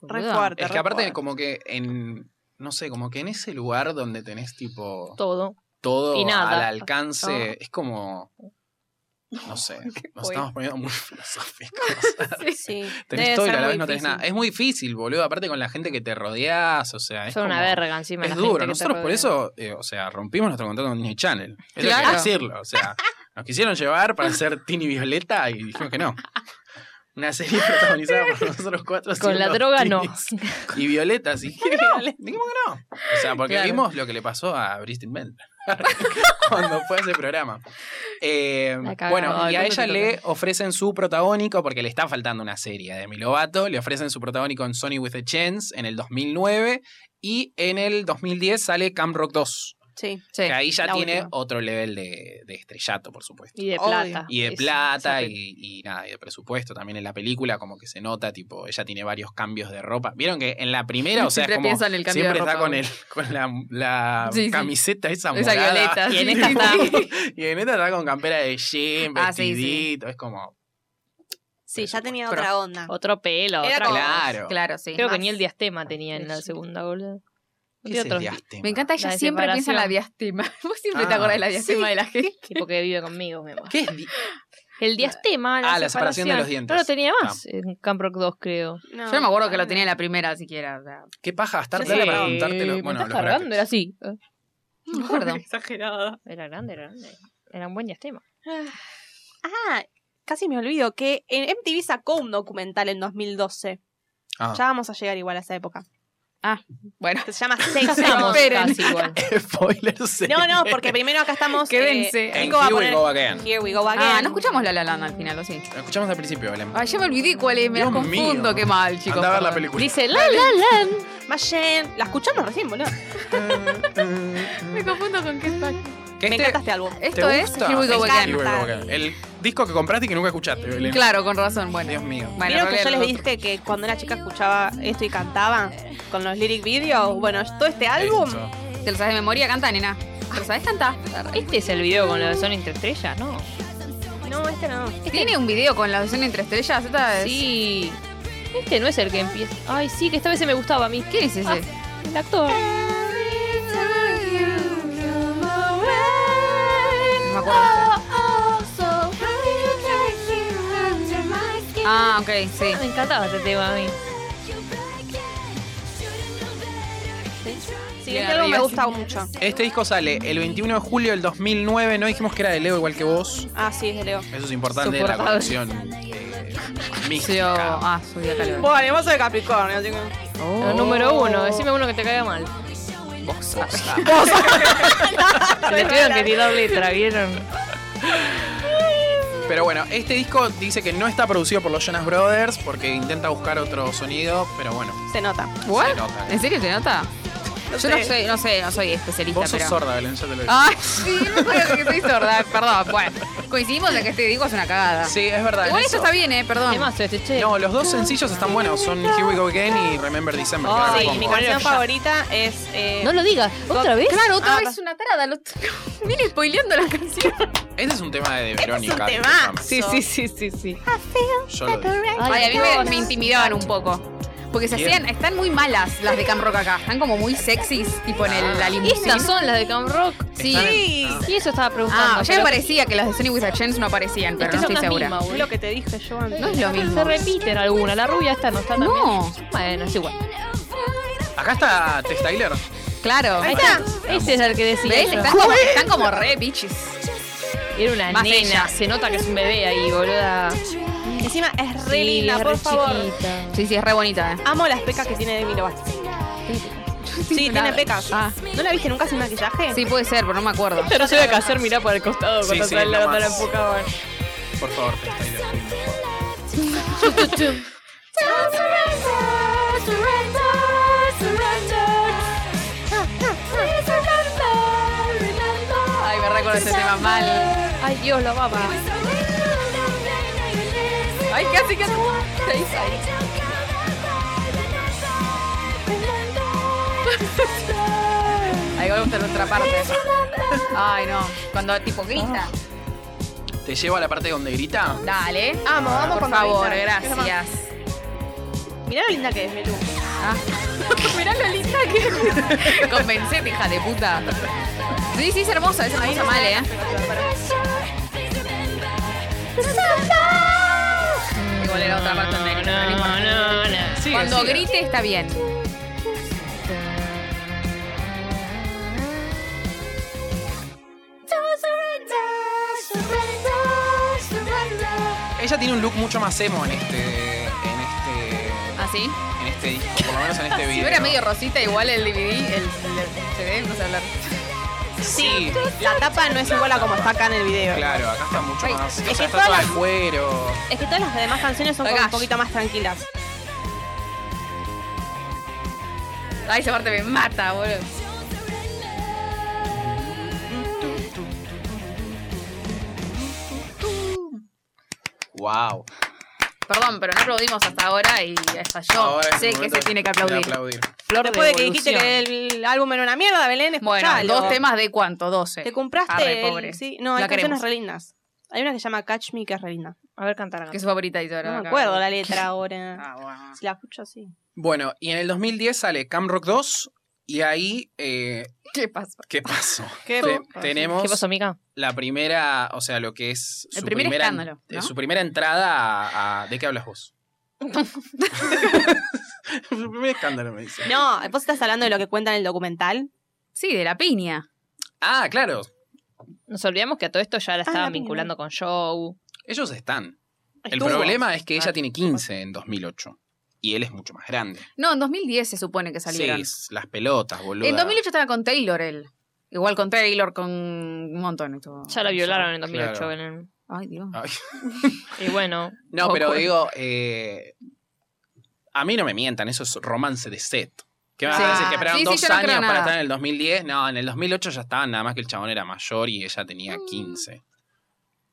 Re fuerte.
Es que
re
aparte,
fuerte.
como que en. No sé, como que en ese lugar donde tenés tipo
Todo.
todo
Y nada.
al alcance,
No.
es como. No sé, nos
fue.
estamos poniendo muy filosóficos.
Sí.
Tenés
debe
todo y
ser
a la
muy
vez no tenés
difícil.
nada. Es muy difícil, boludo. Aparte con la gente que te rodeás, o sea. Es
Son una
¿eh? como-
verga encima.
Es
la
duro,
gente que te
nosotros por
rodea.
eso, eh, o sea, rompimos nuestro contrato con Disney Channel. Es lo que
Claro.
hay que decirlo, o sea, nos quisieron llevar para hacer Tini Violeta y dijimos que no. Una serie protagonizada por nosotros cuatro.
Con la
siendo
droga no.
Tinis Y Violeta, sí. que no, dijimos que no. O sea, porque
Claro.
vimos lo que le pasó a Bristin Bell cuando fue a ese programa. Eh,
La cagada.
bueno,
Ay,
y a
¿cuánto
ella
te
le ofrecen su protagónico, porque le está faltando una serie de Milovato, le ofrecen su protagónico en Sony with a Chance en el 2009 y en el 2010 sale Camp Rock 2,
Sí.
Sí.
que ahí ya
la
tiene
última.
otro nivel de, de estrellato, por supuesto.
Y de
Obvio.
plata.
Y de
Es-
plata
esa
y, y nada, y de presupuesto también en la película, como que se nota, tipo, ella tiene varios cambios de ropa. Vieron que en la primera, o sea, es
Siempre
como-
pienso en el cambio
siempre
de
está
ropa,
con,
güey.
el, con la, la
Sí, sí.
camiseta esa morada.
Esa violeta.
Y en
sí,
esta
sí,
está-
sí.
Y en esta está con campera de jean,
Ah, sí, sí.
vestidito, es como...
Sí, ya tenía
Pero-
otra onda.
Otro pelo.
Era
otra
como-
cosa.
Claro.
Claro, sí.
Creo que
más.
ni el diastema tenía en la
Sí.
segunda, boludo.
¿Qué
De
es el
otros-
diastema?
Me encanta, ella
La de
siempre piensa en la
separación.
diastema. Vos siempre te
Ah.
acordás de la diastema de la gente.
Tipo que vive conmigo, mi amor.
¿Qué es di-
El diastema.
Ah, la separación de los dientes. Ah.
No lo tenía más en Camp Rock 2, creo.
Yo no me acuerdo que lo tenía en la primera siquiera. O sea,
¿Qué paja gastar
Yo
plata
sé.
para contártelo?
Me
Bueno,
estás
los
cargando, era
brackets.
así. Ah,
no me acuerdo.
Exagerada.
Era grande, era grande. Era un buen diastema.
Ah, casi me olvido que en MTV sacó un documental en 2012.
Ah,
Ya vamos a llegar igual a esa época.
Bueno,
que se llama
Ya
Sex
estamos
Bomb.
Esperen.
casi igual.
Spoiler se
No, no, porque primero acá estamos. eh,
quédense.
En
Nico va a
Here We
poner-
Go Again.
Here we go again.
ah, no escuchamos la la Land al final, ¿o sí?
Lo escuchamos al principio, Belén.
Ay, ya me olvidé cuál es, me
Dios
las confundo,
mío.
qué mal, chicos.
Andá a ver la
perdón.
película.
Dice la la la.
Mayen. La escuchamos recién, boludo.
Me confundo con qué está.
Que
Me
este-
encanta este álbum.
Esto
¿te
es
gusta?
Here We Go
Me
Again.
Here We Go Again. El disco que compraste y que nunca escuchaste, Belén.
Claro, con razón, bueno.
Dios mío.
Bueno,
¿Vieron que
Gabriel,
yo les
lo-
dije que cuando una chica escuchaba esto y cantaba con los lyric videos? Bueno, todo este álbum.
Esto.
Te lo sabes de memoria, canta, nena. Te lo sabes cantar.
Este es el video con lo de Sony entre estrellas, ¿no?
No, este no.
Tiene un video con la versión entre estrellas,
Ah,
esta es-
Sí. Este no es el que empieza. Ay, sí, que esta vez se me gustaba a mí.
¿Quién es ese?
Ah. El actor.
No me acuerdo. Ah, ok, sí.
Me encantaba este tema a mí.
Sí, este
Mira,
álbum me ha
arriba.
gustado mucho.
Este disco sale el 21 de julio del 2009. No dijimos que era de Leo igual que vos.
Ah, sí, es de Leo.
Eso es importante de la
Soportable.
conexión eh,
Subió-
mística.
ah, subió acá lo-
Bueno, hermoso de Capricornio. así que-
El número
Oh.
Oh.
uno, decime uno que te caiga mal.
Vos,
Le tuvieron que tirar letra, ¿vieron?
Pero bueno, este disco dice que no está producido por los Jonas Brothers porque intenta buscar otro sonido, pero bueno.
Se nota.
¿What?
Se nota.
¿En serio te nota? Yo no
sé.
soy, no sé, no soy especialista,
Vos sos
pero. Ah.
sorda, Belén, ya te lo dije.
Ay, sí, no puedo que estoy sorda, perdón. Bueno, coincidimos en que este disco es una cagada.
Sí, es verdad.
Igual
en
esto
eso.
está bien, eh, perdón.
Además, este che.
No, los dos sencillos están buenos, son Here We Go Again y Remember December. que ahora
Sí,
lo
mi
pongo.
canción favorita es. eh,
No lo digas. ¿Otra vez?
Claro, otra
Ah,
vez una tarada. Lo... Viene spoileando la canción.
Este es un tema de Verónica.
Este es un temazo.
sí, sí, sí.
Yo lo dije.
Ay, a mí me, me intimidaban un poco. Porque se
Bien.
hacían, están muy malas las de Cam Rock acá. Están como muy sexys, tipo en el, la limusina.
Estas son las de Cam Rock.
Sí.
Están en-
Sí.
Sí, eso estaba preguntando.
Ah, ya me
pero-
parecía que las de Sony with a Chance no aparecían, pero
Es que
no
son
estoy
las
segura.
mismas,
Es
boludo.
lo que te dije yo antes.
No es lo mismo.
Se repiten algunas. La rubia esta no está también.
No.
Bueno, es igual.
Acá está Tess Tyler.
Claro.
Ahí está.
Ese es el que decía.
¿Ves?
yo.
Están como, están como re bitches.
Era una
Más
nena.
ella.
Se nota que es un bebé ahí, boluda.
Encima es re
Sí,
linda,
re
por favor.
chiquita.
Sí, sí, es re bonita, eh.
Amo las pecas que tiene Demi Lovato. Sí, tiene
Nada.
pecas.
Ah.
¿No la viste nunca sin maquillaje?
Sí, puede ser, pero no me acuerdo.
Pero no se ve que hacer mirar por el costado
Sí,
cuando
sí,
sale la
nomás.
bandera enfocada.
Por favor, Tess Tyler.
Ay, me recuerdo ese tema mal.
Ay, Dios, lo amaba.
Ay, casi que. Ahí va a gustar otra parte. Ay, no. Cuando tipo grita.
Te llevo a la parte donde grita.
Dale.
Amo, amo
Por
cuando
favor,
grita. Es lo más-
gracias.
Mirá lo linda que es, Melu.
Mirá lo linda que Convencete, hija de puta. Sí, sí, es hermosa, es hermosa mal, eh. Igual era otra parte donde grita, no importa.
Sigue,
Cuando
sigue.
grite está bien.
Ella tiene un look mucho más emo en este. En este.
¿Así?
En este disco. Por lo menos en este
¿Ah, Si
video.
hubiera medio rosita, igual el DVD, el, el CD, no sé hablar.
Sí.
La tapa no es igual a como está acá en el video.
Claro, acá está mucho
Ay,
más. O
es
sea,
que
está toda
todas
de
las-
cuero.
Es que todas las demás canciones son como
Acá.
un poquito más tranquilas.
Ay, esa parte me mata, boludo.
Wow.
Perdón, pero no aplaudimos hasta ahora y hasta yo
este
sé que se tiene que aplaudir.
Flor
Después de que
evolución.
dijiste que el álbum era una mierda, Belén,
Bueno,
escuchalo.
dos temas de cuánto, 12.
Te compraste
Arre,
el-
pobre.
sí, no, hay
La
canciones
queremos.
re lindas. Hay una que se llama Catch Me que es re linda.
A ver, cantar.
Que es su favorita y ahora.
No me
acá.
acuerdo la letra ahora.
Ah, bueno.
Si la escucho, sí.
Bueno, y en el 2010 sale Cam Rock 2 y ahí, eh,
¿Qué pasó?
¿qué pasó?
¿Qué
Te- tenemos
¿Qué pasó, Mica?
la primera, o sea, lo que es
El primer
primera,
escándalo,
eh,
¿no?
su primera entrada a, a- ¿De qué hablas vos? su primer escándalo, me dice.
No, vos estás hablando de lo que cuenta en el documental.
Sí, de la piña.
Ah, claro,
Nos olvidamos que a todo esto ya
Ah,
la estaban
la piña.
vinculando con Joe.
ellos están. El
Estuvo.
Ah,
problema es que ella
Claro.
tiene 15 en 2008. y él es mucho más grande.
No, en 2010 se supone que salieron.
Sí, es las pelotas, boludo.
en 2008 estaba con Taylor él. Igual con Taylor, con un montón. estuvo-
Ya la violaron en 2008.
Claro.
en el-
Ay, Dios.
Y bueno.
No, pero
Awkward.
digo, eh, a mí no me mientan, eso es romance de set. ¿Qué me vas a
Sí. Ah,
decir? ¿Que esperaron
Sí, sí,
dos
yo no creo
años para
nada.
estar en el 2010? No, en el 2008 ya estaban, nada más que el chabón era mayor y ella tenía
Mm,
15.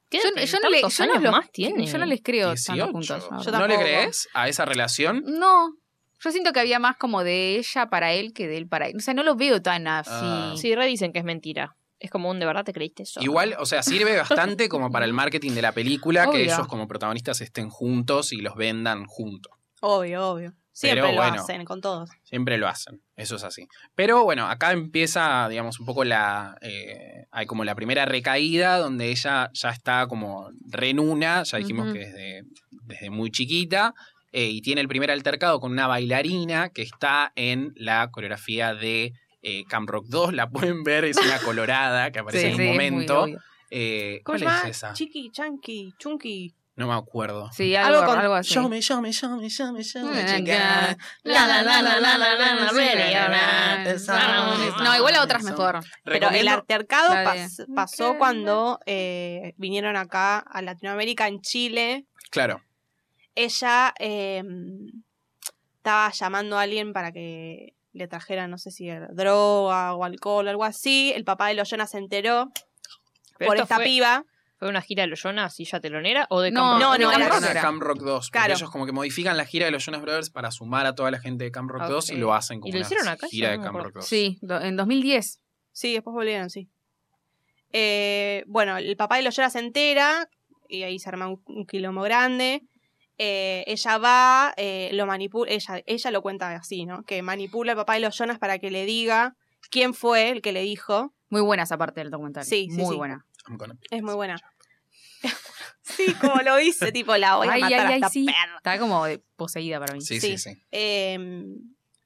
¿Qué
Yo, yo no le,
tantos
yo no
años
lo-
más tiene?
Yo no les creo tanto
18.
juntos. la
Yo
verdad.
¿No le
tampoco.
crees a esa
Mm,
relación?
No. Yo siento que había más como de ella para él que de él para él. O sea, no lo veo tan así.
Ah.
Sí, re dicen que es mentira. Es como un de verdad te creíste eso.
Igual, o sea, sirve bastante como para el marketing de la película que
Obvio.
ellos como protagonistas estén juntos y los vendan juntos.
Obvio, obvio. Siempre
Pero
lo
bueno.
hacen con todos.
Siempre lo hacen, eso es así. Pero bueno, acá empieza, digamos, un poco la. eh, hay como la primera recaída donde ella ya está como renuna, ya dijimos
Ujú.
que desde, desde muy chiquita, eh, y tiene el primer altercado con una bailarina que está en la coreografía de eh, Camp Rock 2. La pueden ver, es una colorada que aparece
Sí,
en
sí,
un
es muy
momento.
obvio.
Eh,
¿Cómo
¿Cuál
se
es
llama?
esa?
Chiqui, Chanqui, Chunky.
No me acuerdo.
Sí, algo,
Algo con-
algo así.
Yo me, yo me, yo me, yo me, yo me,
Ah,
chica.
La, la, la, la, la, la, la, la, really,
la, la.
No, igual la otra es mejor.
Pero el
Recomiendo-
altercado
La de-
pas- pasó cuando eh, vinieron acá a Latinoamérica, en Chile.
Claro.
Ella eh, estaba llamando a alguien para que le trajera, no sé si era droga o alcohol o algo así. El papá de Loyona se enteró
Pero
por
esto
esta
fue-
piba.
¿Fue una gira de Loyona así ya telonera o de
No,
Camp Rock?
no, no,
Era
Camp
Camp
Rock
Rock,
era.
2.
Claro.
Porque ellos como que modifican la gira de los Jonas Brothers para sumar a toda la gente de Camp Rock 2 y
Ok.
lo hacen como
¿Y lo
una
hicieron acá?
gira
Yo
de
no me
Camp
acuerdo.
Rock 2.
Sí, do- en 2010.
Sí, después volvieron, sí. Eh, bueno, el papá de Loyola se entera y ahí se arma un, un quilombo grande. Eh, ella va, eh, lo manipula, ella, ella lo cuenta así, ¿no? Que manipula al papá de Loyonas para que le diga quién fue el que le dijo.
Muy buena esa parte del documental.
Sí, sí,
Muy
sí.
buena.
I'm gonna-
Es muy buena. sí, como lo dice, tipo, la voy a
Ay,
matar
ay,
a
ay,
esta
sí.
perra.
Está como de- poseída para mí.
Sí, sí,
Sí.
sí.
Eh,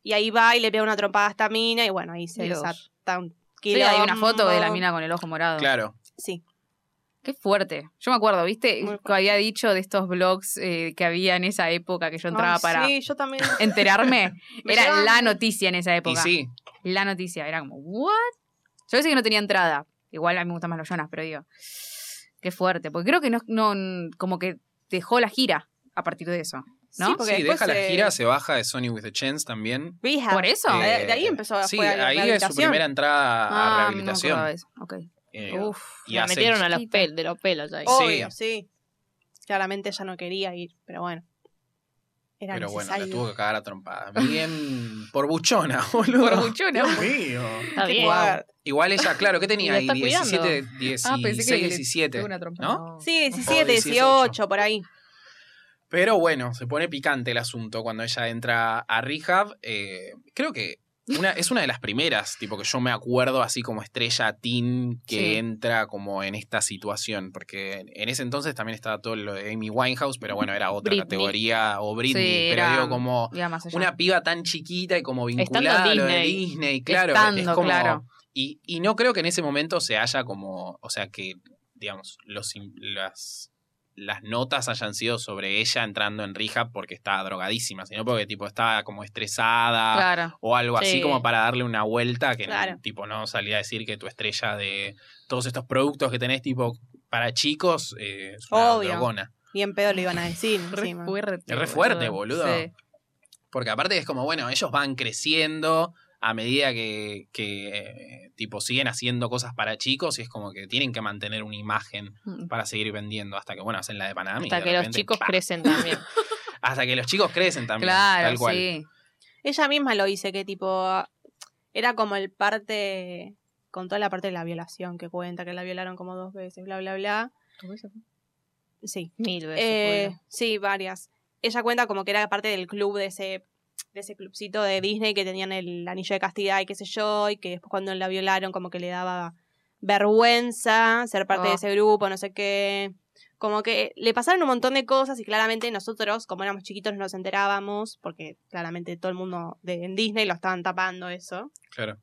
y ahí va y le pega una trompada a esta mina y bueno, ahí se
Dios.
desata un
Sí, hay una foto de la
quilombo.
mina con el ojo morado.
Claro.
Sí.
Qué fuerte. Yo me acuerdo, ¿viste?
Muy fuerte.
Que había dicho de estos blogs eh, que había en esa época que yo entraba
Ay,
para
Sí, yo también.
enterarme.
Me
era
llevan-
la noticia en esa
Y
época.
sí,
La noticia. Era como, ¿what? Yo sé que no tenía entrada. Igual a mí me gustan más los Jonas, pero digo, qué fuerte. Porque creo que no, no como que dejó la gira a partir de eso. ¿no?
Sí, porque
sí,
después
deja la
se-
gira, se baja de Sony with a Chance también.
Rehab.
Por eso.
Eh, de ahí empezó,
Sí,
fue a la
ahí es su
rehabilitación.
primera entrada a
Ah,
rehabilitación.
no me acordaba de eso. Ok.
Eh,
Uf.
y
La
hace-
metieron a la
chiquita.
pel, de la pel allá. ahí.
Oh,
Obvio, sí. Claramente ella no quería ir, pero bueno. Era
Pero bueno, la
necesario.
tuvo que cagar a trompada. Bien por buchona, boludo.
Por buchona.
Dios mío.
Está
Qué
bien.
jugar.
Igual ella, claro, ¿qué tenía
Y la
ahí?
está cuidando.
17, 16,
Ah, pensé que le-
17.
Una trompa.
¿No?
Sí, 17,
18.
18, por ahí.
Pero bueno, se pone picante el asunto cuando ella entra a rehab. Eh, creo que una, es una de las primeras, tipo, que yo me acuerdo así como estrella teen que
Sí.
entra como en esta situación. Porque en- en ese entonces también estaba todo lo de Amy Winehouse, pero bueno, era otra
Britney.
categoría. O Britney,
Sí,
pero
era
digo, como
Ya más allá.
una piba tan chiquita y como
Estando
vinculada a lo de
Disney.
Disney, claro. es
Estando,
como,
claro.
Y, y no creo que en ese momento se haya como, o sea, que, digamos, los, in- las, las notas hayan sido sobre ella entrando en rija porque estaba drogadísima, sino porque tipo estaba como estresada
Claro.
o algo así
Sí.
como para darle una vuelta que
Claro.
tipo no salía a decir que tu estrella de todos estos productos que tenés tipo para chicos eh, es una
Obvio.
drogona.
Bien pedo le iban a decir
Re
encima.
fuerte.
Es re fuerte, boludo.
Sí.
Porque aparte es como, bueno, ellos van creciendo a medida que, que, eh, tipo, siguen haciendo cosas para chicos y es como que tienen que mantener una imagen
Mm.
para seguir vendiendo hasta que, bueno, hacen la de Panamá. y
Hasta
de
que los
repente,
chicos
¡pa!
crecen también.
Hasta que los chicos crecen también. tal
Claro,
cual.
sí.
Ella misma lo dice, que tipo. ah, Era como el parte. Con toda la parte de la violación que cuenta, que la violaron como dos veces, bla, bla, bla. Sí.
Mil veces.
Eh,
boludo.
sí, varias. Ella cuenta como que era parte del club de ese, de ese clubcito de Disney que tenían el anillo de castidad y qué sé yo, y que después cuando la violaron como que le daba vergüenza ser parte de
Oh.
ese grupo, no sé qué. Como que le pasaron un montón de cosas y claramente nosotros, como éramos chiquitos, no nos enterábamos porque claramente todo el mundo de, en Disney lo estaban tapando eso.
Claro.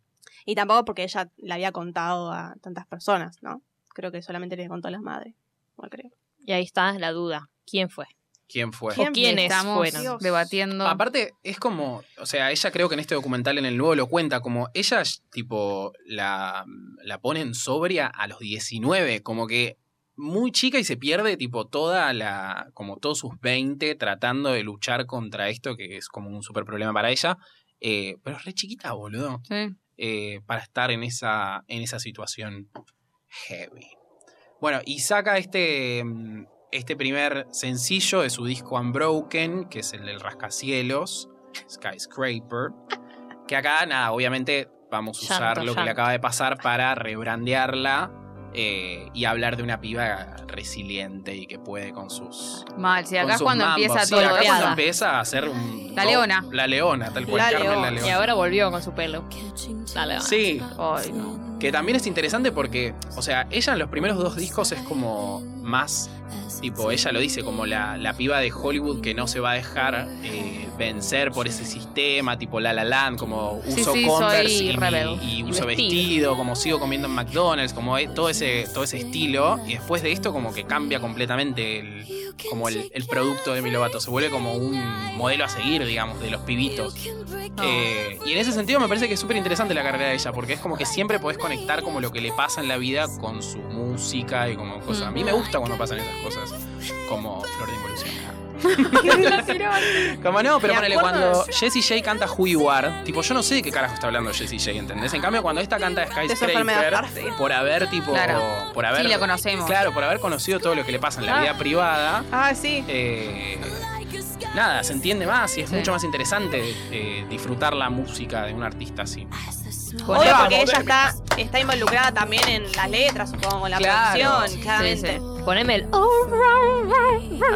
Y tampoco porque ella le había contado a tantas personas, ¿no? Creo que solamente le contó a las madres. No creo.
Y ahí está la duda. ¿Quién fue?
quién fue.
¿Quién?
¿Quiénes
Estamos
fueron?
Dios.
debatiendo.
Aparte, es como, o sea, ella creo que en este documental en el nuevo lo cuenta, como ella, tipo, la, la ponen sobria a los 19, como que muy chica y se pierde, tipo, toda la, como todos sus 20 tratando de luchar contra esto, que es como un súper problema para ella. Eh, pero es re chiquita, boludo,
Sí.
eh, para estar en esa, en esa situación heavy. Bueno, y saca este, mm, este primer sencillo de su disco Unbroken, que es el del rascacielos, Skyscraper, que acá, nada, obviamente vamos a
Llanto,
usar lo que
llanto.
le acaba de pasar para rebrandearla eh, y hablar de una piba resiliente y que puede con sus...
Mal, si
con
acá es
sus
cuando
mambos.
empieza
Sí,
todo.
acá cuando
golpeada.
empieza a hacer un...
La leona.
La leona, tal cual,
La
Carmen la
leona.
Y
leona.
ahora volvió con su pelo. Dale, va.
Sí,
Ay, no.
que también es interesante porque, o sea, ella en los primeros dos discos es como más, tipo, ella lo dice, como la, la piba de Hollywood que no se va a dejar eh, vencer por ese sistema, tipo La La Land, como
Sí,
uso
sí,
Converse
soy
y,
rebel.
y uso
vestido.
vestido. como sigo comiendo en McDonald's, como eh, todo ese, todo ese estilo. Y después de esto como que cambia completamente el, como el, el producto de Milovato, se vuelve como un modelo a seguir, digamos, de los pibitos. Eh, y en ese sentido me parece que es súper interesante la carrera de ella, porque es como que siempre podés conectar como lo que le pasa en la vida con su música y como cosas. A mí me gusta cuando pasan esas cosas, como Flor de Involución. como no, pero
Me
ponele,
acuerdo
cuando Jessie J canta Who You Are, tipo, yo no sé de qué carajo está hablando Jessie J, ¿entendés? En cambio, cuando esta canta
De su enfermedad.
Skyscraper, por haber, tipo,
Claro.
por haber...
Sí, la conocemos.
Claro, por haber conocido todo lo que le pasa en la
Ah.
vida privada,
Ah, sí.
eh, nada, se entiende más y es
Sí.
mucho más interesante eh, disfrutar la música de un artista así.
Hola,
Obvio,
vamos,
porque ella
Derby.
está, está involucrada también en las letras, supongo, en la
Claro.
producción, claramente.
Poneme el. oh.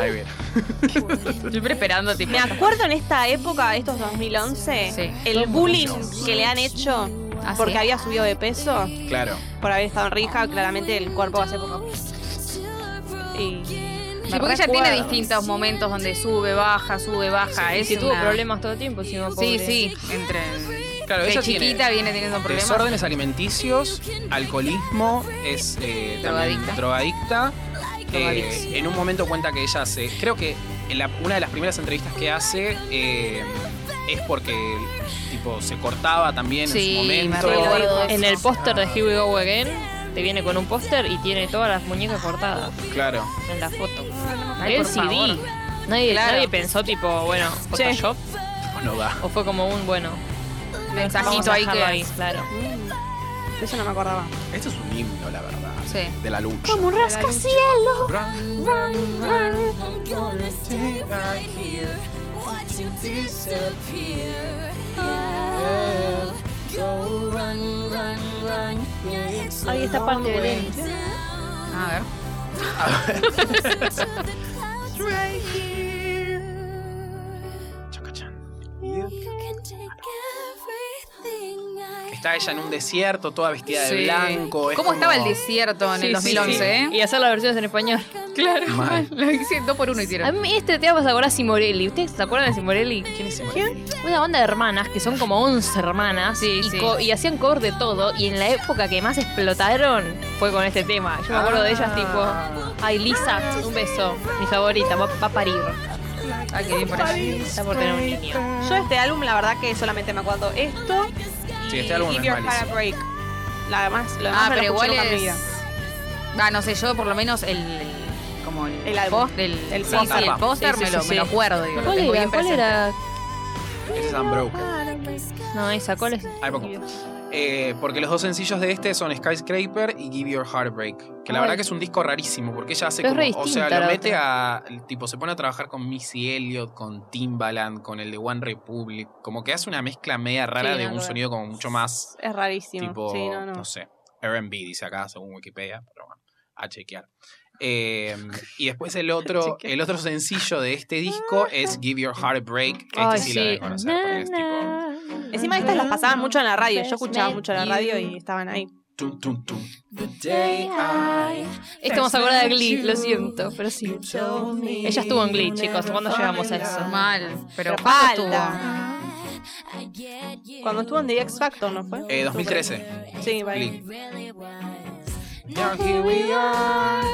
Ahí viene.
Siempre esperando, tipo.
Me acuerdo en esta época, estos 2011,
Sí. ¿Ah,
el bullying que le han hecho
Así.
porque había subido de peso,
Claro.
por haber estado en rija, claramente el cuerpo va a ser poco. Y
Sí, porque ella tiene distintos momentos donde sube, baja, sube, baja.
Y
es
Eh, si tuvo
una-
problemas todo el tiempo, encima,
Sí,
pobre.
sí. Entre.
Claro,
de
ella
chiquita
tiene
viene teniendo problemas.
desórdenes alimenticios, alcoholismo, es eh, también
Drogadicta.
drogadicta. Eh,
Drogadicción.
en un momento cuenta que ella hace, creo que en la- una de las primeras entrevistas que hace eh, es porque tipo se cortaba también
Sí,
en
me
su momento.
recuerdo
En el póster de Here We Go Again, te viene con un póster y tiene todas las muñecas cortadas
Claro.
en la foto.
Ay,
el
por
CD.
favor.
Nadie,
Claro.
nadie pensó, tipo, bueno, Photoshop.
No va.
O fue como un, bueno, vamos
Mensajito
a
ahí que.
dejarlo ahí, claro.
Mm, de eso no me acordaba.
Esto es un himno, la verdad.
Sí.
De la lucha.
Ahí está parte de Belén.
A ver.
Chacachán. Está ella en un desierto, toda vestida
Sí.
de blanco. es
¿Cómo estaba el
como-
desierto en el
Sí,
2011,
sí, sí.
eh?
Y hacer las versiones en español.
Claro,
Mal.
lo hicieron dos por uno
A
hicieron.
mí este tema se acuerda de Simorelli. ¿Ustedes se acuerdan de Simorelli?
¿Quién es ese marido?
Una banda de hermanas que son como 11 hermanas
Sí,
y,
sí.
co- y hacían cover de todo. Y en la época que más explotaron fue con este tema. Yo me acuerdo de ellas, tipo, ay, Lisa, un beso, mi favorita, va, va a parir.
Ah, qué bien por allá.
Está por tener un niño.
Yo este álbum, la verdad que solamente me acuerdo esto y
Sí, este álbum
Give
es
Your Heart
malísimo.
a Break. La demás, lo demás
Ah,
no lo
pero
escuché
igual
nunca en mi
es.
vida.
Ah, no sé, yo por lo menos el. el- como el,
El álbum.
post- el,
El
sí,
póster.
sí, el póster
Sí, sí,
me, lo,
sí,
me lo
sí.
acuerdo, digo. lo
¿Cuál
tengo
era?
bien
¿Cuál
presente.
era?
Ese es Unbroken.
No, esa, ¿cuál es?
Ay, poco. Eh, porque los dos sencillos de este son Skyscraper y Give Your Heartbreak. Que la
Ay.
verdad que es un disco rarísimo, porque ella hace
Pero es
como.
re
O sea,
distinta
lo
la
mete a. Tipo, se pone a trabajar con Missy Elliott, con Timbaland, con el de One Republic. Como que hace una mezcla media rara
Sí,
de
no,
un
no.
sonido como mucho más.
Es rarísimo.
Tipo,
sí, no,
no,
no.
sé. RB dice acá, según Wikipedia, pero bueno, a chequear. Eh, y después el otro, el otro sencillo de este disco es Give Your Heartbreak. Que este
Ay,
sí, la deben conocer, porque es tipo.
Encima estas las pasaban mucho en la radio. Yo escuchaba mucho la radio y estaban ahí.
Tum, tum, tum.
Estamos acuerda de Glee, lo siento, pero sí. Ella estuvo en Glee, chicos. ¿Cuándo llegamos a eso?
Mal, pero
Pero
¿cuándo estuvo?
falta. Cuando estuvo en The X Factor, ¿no fue?
Eh, 2013.
Sí, vale.
Glee.
Now here we are,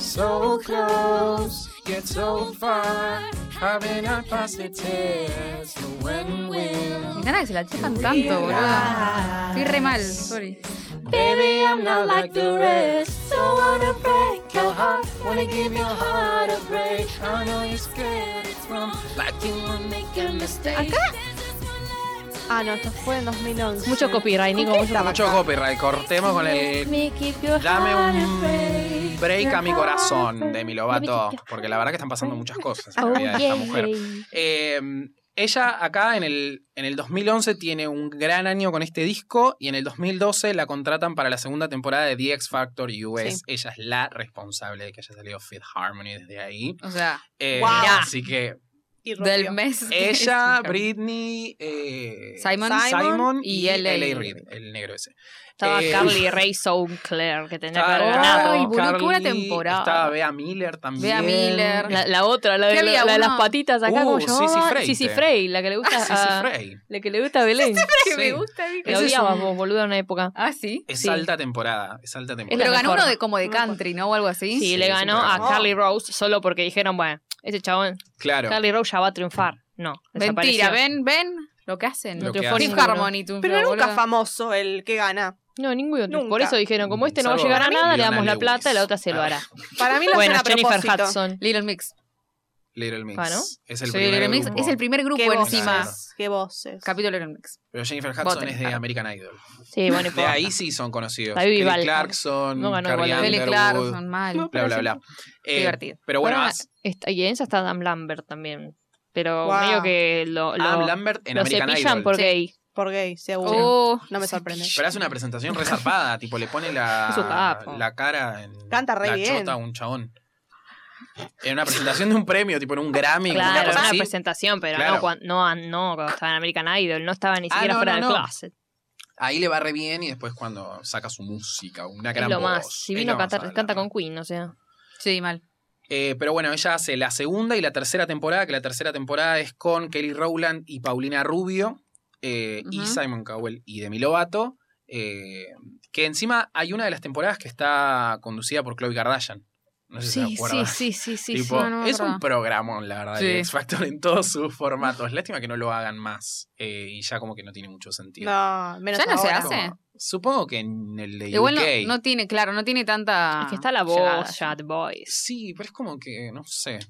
so close. get so far. Having not passed the test, but when
Me
will?
encanta que se la chupan tanto, boludo. Estoy re mal, sorry.
Baby, I'm not like the rest. Don't wanna break your heart. Wanna give your heart a break. I know you're scared it's wrong. Like you won't make a mistake.
Ah, no, esto fue en 2011.
Mucho copyright, Nico. Mucho copyright.
Mucho copyright, cortemos con el... Dame un break a mi corazón, Demi Lovato, porque la verdad que están pasando muchas
Ah,
cosas en la vida de esta mujer. Eh, ella acá en el, en el 2011 tiene un gran año con este disco y en el 2012 la contratan para la segunda temporada de The X Factor US.
Sí.
Ella es la responsable de que haya salido Fifth Harmony desde ahí.
O sea,
Eh,
Wow.
Así que
Y rompió.
del mes. que-
ella, Britney, eh,
Simon,
Simon
y
y,
LA.
LA. Reid, el negro ese.
Estaba
Eh,
Carly Ray Sinclair, que tenía que
Estaba
haber
Ay,
ganado.
boludo, qué buena
Oh, Carly,
temporada.
Estaba Bea Miller también.
Bea Miller.
La, la otra, la,
¿Qué
de,
había,
la de
uno?
las patitas acá,
Uh,
como
Sissy Frey.
Sissy Frey, la que le gusta
Sissy
a,
Frey.
la que le gusta a Belén.
Sí.
Ah. Me gusta, digo.
La
Ese es
odiabas
un-
vos, boludo, en una época.
Ah, sí.
Es
Sí.
alta temporada, es alta temporada.
Pero
la
ganó
mejor.
uno de como de country, ¿no? O algo así.
Sí,
Sí,
le ganó
siempre
a
ganó.
Carly Rose solo porque dijeron, bueno, ese chabón,
Claro.
Carly Rose ya va a triunfar. No,
Mentira,
desapareció.
ven, ven lo que hacen.
Lo
Lo
que
que
hacen.
Harmony, triunfó,
Pero nunca
boludo.
famoso el que gana.
No, ninguno.
Nunca.
Por eso dijeron, como este no va a
Salvo
llegar a nada, le
Leona
damos la
Lewis.
plata y la otra se lo
Ah.
hará.
Para mí lo
Bueno,
hacen a
Jennifer
propósito.
Hudson.
Little Mix.
Little Mix.
Ah, ¿no?
Es el
Sí,
primer
Little Mix
grupo.
es el primer
Qué
grupo
voces,
encima.
Claro.
qué voces.
Capítulo Little Mix.
Pero Jennifer Hudson
Voten,
es de
claro.
American Idol.
Sí, bueno, y
De
por-
ahí sí son conocidos.
Ahí
Kelly
vive Val-
Clarkson,
no ganó
Carrie
igual.
Kelly
Underwood,
Clarkson, mal.
bla, bla, bla. Eh,
divertido.
Pero bueno,
Ahora,
as-
está- y en esa está Adam Lambert también. Pero
Guau.
medio que lo, lo,
Adam Lambert en
lo
American
cepillan
Idol.
por
Sí.
gay.
Por gay, seguro.
Oh,
No me sorprende.
Pero hace una presentación resarpada, tipo le pone
Es un
la,
capo.
la cara en
Canta re
la
bien.
chota a un chabón. En una presentación de un premio, tipo en un Grammy. una
Claro,
cosa
una
así.
presentación, pero
Claro.
no, cuan- no, ah, no, cuando estaba en American Idol, no estaba ni
Ah,
siquiera
no,
fuera
no,
del
no.
closet.
Ahí le va re bien y después cuando saca su música, una gran
es lo
voz,
más. Si
es
vino
lo
a
más
cantar,
Adam
canta
Lambert.
con Queen, o sea.
sí, mal.
Eh, pero bueno, ella hace la segunda y la tercera temporada, que la tercera temporada es con Kelly Rowland y Paulina Rubio, eh, y
Ujú.
Simon Cowell y Demi Lovato, eh, que encima hay una de las temporadas que está conducida por Chloe Kardashian. No sé si se acuerdan.
sí, sí, sí.
Tipo,
no me
es un
acordaba.
programón, la verdad,
Sí.
de X Factor en todos sus formatos. Lástima que no lo hagan más eh, y ya como que no tiene mucho sentido.
No, menos
Ya no se
ahora.
hace.
Como- Supongo que en el de
Igual no,
UK.
no tiene, claro, no tiene tanta.
Es que está la
llegada.
voz, ya, The Boys.
Sí, pero es como que, no sé.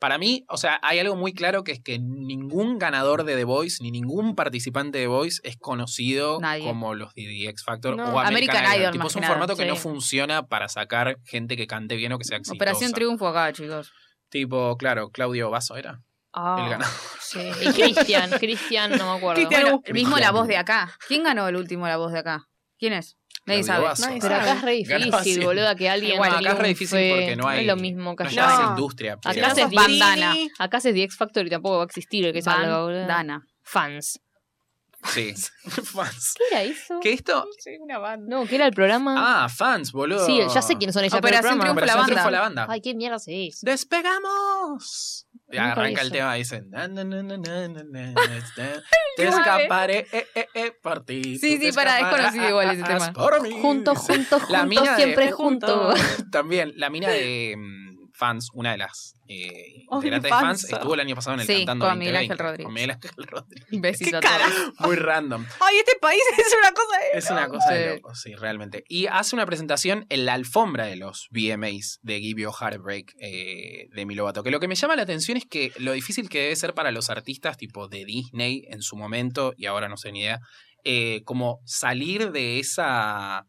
Para mí, o sea, hay algo muy claro que es que ningún ganador de The Voice, ni ningún participante de The Voice es conocido
Nadie.
como los de The X Factor
No.
o American,
American
Idol.
Idol,
Tipo,
más
es un
que nada,
formato que
sí.
no funciona para sacar gente que cante bien o que sea exitosa.
Operación Triunfo acá, chicos.
Tipo, claro, Claudio Basso era
Ah,
el ganador.
sí. Y Cristian, Cristian, no me acuerdo.
Cristian,
Bueno,
Cristian.
mismo la voz de acá. ¿Quién ganó el último la voz de acá? ¿Quién es? Nadie
Claudio
sabe.
Basso.
Nadie
Pero acá es re
Ganó
difícil,
así.
boluda, que alguien.
Bueno, acá es re difícil
triunfe.
porque no hay.
es lo mismo que
No
allá.
llevas
No.
industria.
Acá
pero-
se-
Sos
bandana.
Dini.
Acá se The X Factor y tampoco va a existir el que
Van
salga, boludo.
Dana.
Fans.
Sí. fans.
¿Qué era eso?
¿Qué esto?
No, ¿qué era el programa?
Ah, fans, boludo.
sí, ya sé quiénes son ellas. pero el
Operación
programa-
Triunfo, la
Operación
banda.
Triunfo la banda.
Ay, qué mierda se es.
¡Despegamos! Y
Nunca
arranca el
hizo.
tema, dicen. "Na, na, na, na, na, na, na, na, Te escaparé eh, eh, eh, por ti.
Sí,
tú
sí,
te
pará, es
escaparás
conocido igual ese tema.
Por mí.
Juntos, juntos,
La mina
juntos,
de-
siempre
de
juntos.
También, la mina de mm, fans, una de las eh,
Ay,
integrantes de fans,
fans.
estuvo el año pasado en el
Sí,
Cantando
con Miguel
2020,
Ángel Rodríguez.
con Miguel Ángel Rodríguez.
Imbécil
¿Qué
a todos.
cara?
Muy random.
Ay, este país es una cosa de...
Es una cosa de
Sí.
loco, sí, realmente. Y hace una presentación en la alfombra de los VMAs de Give Your Heartbreak eh, de Milovato. Que lo que me llama la atención es que lo difícil que debe ser para los artistas tipo de Disney en su momento, y ahora no sé ni idea, eh, como salir de esa,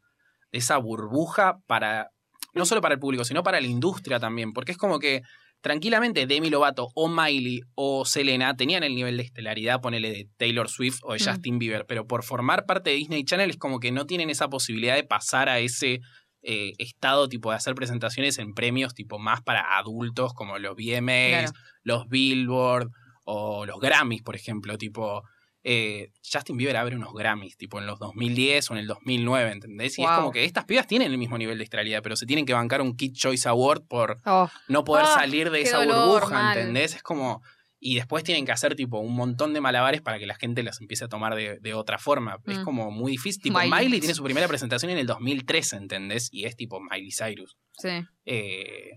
de esa burbuja para, no solo para el público, sino para la industria también. Porque es como que tranquilamente Demi Lovato o Miley o Selena tenían el nivel de estelaridad, ponele de Taylor Swift o de
Mm.
Justin Bieber, pero por formar parte de Disney Channel es como que no tienen esa posibilidad de pasar a ese eh, estado tipo de hacer presentaciones en premios tipo más para adultos como los VMAs,
Claro.
los Billboard o los Grammys, por ejemplo, tipo... eh, Justin Bieber abre unos Grammys, tipo en los 2010 o en el 2009, ¿entendés? Y es
Wow.
como que estas pibas tienen el mismo nivel de estelaridad, pero se tienen que bancar un Kid Choice Award por
Oh,
no poder
Ah,
salir de
qué
esa
dolor,
burbuja,
mal.
¿entendés? Es como. Y después tienen que hacer tipo un montón de malabares para que la gente las empiece a tomar de, de otra forma. Es
Mm.
como muy difícil. Tipo,
Miley.
Miley. tiene su primera presentación en el 2013, ¿entendés? Y es tipo Miley Cyrus.
sí.
Eh,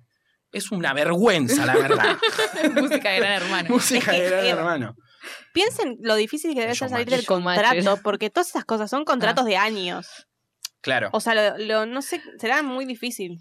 es una vergüenza, la verdad.
Música de gran hermano.
Música de
Eh,
gran hermano.
Piensen lo difícil que debe ser salir del
Showmatch.
contrato, porque todas esas cosas son
Ah.
contratos de años.
Claro.
O sea, lo, lo- no sé, será muy difícil.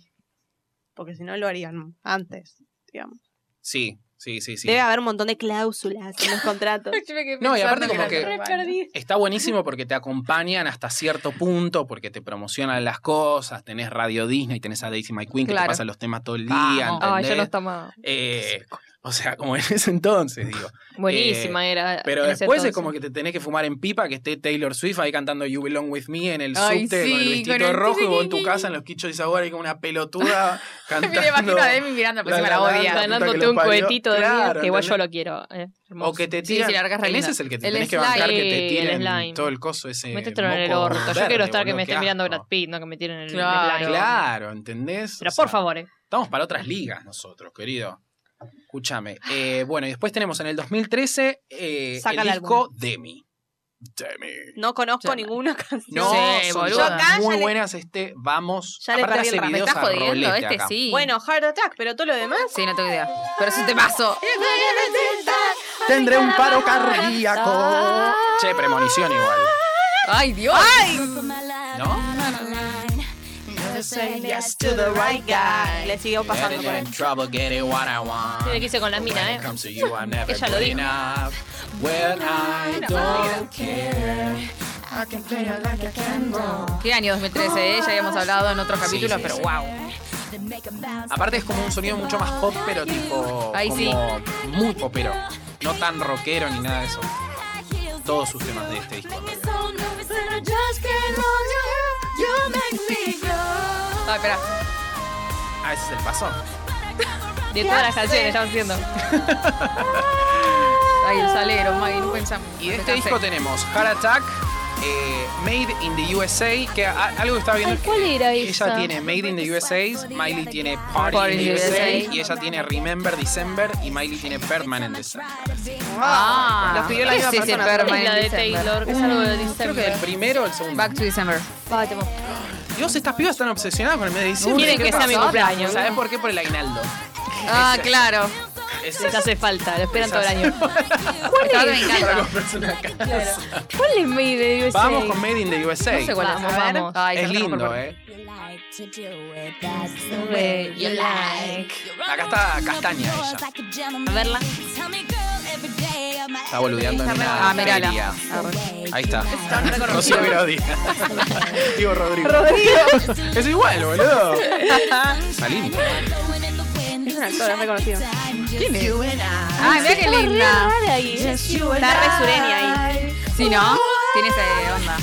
Porque si no lo harían antes, digamos.
Sí, sí, sí, sí.
Debe haber un montón de cláusulas en los contratos.
No, y aparte como que-
Re perdí.
Está buenísimo porque te acompañan hasta cierto punto, porque te promocionan las cosas, tenés Radio Disney, tenés a Daisy My Queen que te
Claro.
pasa los temas todo el
Vamos.
día,
Ah,
Ay, ya no
¿entendés?
está más.
Eh, o sea, como en ese entonces, digo.
Buenísima era.
Eh, Pero
en ese
después es
entonces.
como que te tenés que fumar en pipa que esté Taylor Swift ahí cantando You Belong With Me en el
Ay,
subte
sí,
con el
con
vestido
el-
rojo y vos en tu casa en los quichos de sabor ahí como una pelotuda
Me imagino
cantando.
a Demi mirando, pero
La,
encima
la,
la
la,
odia.
la, la. puta que
ganándote
lo
un
parió.
cohetito de
Claro,
mierda, que igual yo
¿entendés?
lo quiero. eh, hermoso.
O que te
Sí,
tiran.
sí, la largas re
en
linda.
ese es el que te
El
tenés que
slime.
bancar que te
Sí, el
tiren
slime.
todo el coso ese.
Métetelo en el
moco
orto. Yo
verde,
quiero estar que
boludo,
me
qué
esté mirando
asco.
Brad Pitt, no que me tiren el
Claro.
slime.
Claro, ¿entendés?
Pero
O
por
sea,
favor, eh.
Estamos para otras ligas nosotros, querido. Escúchame. Eh, bueno, y después tenemos en el 2013 eh,
Saca
el
el
disco Demi. Demi.
No conozco
Ya.
ninguna canción.
No,
Sí,
son
boluda.
todas
Yo
acá ya
muy
le-
buenas este, vamos.
ya le
Aparte
perdí el
hace
ramo.
Me
videos
estás
a
jodiendo,
rolete
este
acá.
sí.
Bueno, Heart Attack, pero todo lo demás.
Sí, no tengo idea. Pero es un temazo.
Tendré un paro cardíaco. Che, premonición igual.
¡Ay, Dios!
¿No?
Le siguió pasando por
Getting
él.
in trouble, getting what I want.
Mira que hice con las minas,
When it
eh.
comes to you, I'm never
Ella lo
good
dijo.
enough. When I don't care.
Qué año 2013, eh? ya habíamos hablado en otros capítulos,
sí,
pero
sí.
wow.
Aparte es como un sonido mucho más pop, pero tipo
Ay, sí.
como muy popero. No tan rockero ni nada de eso. Todos sus temas de este disco.
Ay, espera.
Ah, ese es el paso.
De todas las canciones, ya haciendo.
Ah,
Ay, el salero, Maggie, no pensamos.
Y de este disco tenemos Heart Attack, eh, Made in the USA, que a- algo que estaba viendo. es que
¿Cuál era
Ella
esa?
tiene Made in the USA, Miley tiene Party,
Party
in the
in the
USA,
USA.
y ella tiene Remember December y Miley tiene Permanent December.
Ah,
Los pidió la
¿qué
misma
es ese
persona.
perma
Es la
en
de
December?
Taylor, que es algo de
El
December.
primero o el segundo.
Back to December.
Dios, estas pibas están obsesionadas con el mes de diciembre.
Quieren
¿Qué
que sea mi
pasa?
cumpleaños.
¿Sabes por qué? Por el aguinaldo.
Ah,
Ese-
claro.
ese
Les
es-
hace falta, lo esperan todo el año.
¿Cuál es? me encanta.
¿Cuál es Made de USA?
Vamos con Made in the USA.
No sé cuál
Vamos,
es. A ver.
vamos.
Ay, ya
es
me rompo el
lindo,
corazón.
¿eh?
Acá está Castaña ella. A verla.
Está boludeando en una
Ah, mirala.
feria. Ahí
Ahí
está.
está.
Rocío Virodi. Digo Rodrigo. Es igual, boludo.
Ah,
Está lindo.
Es un actor, es reconocido.
Ay, mira qué linda.
Está re sureña ahí.
Sí, ¿no? Tiene esa onda.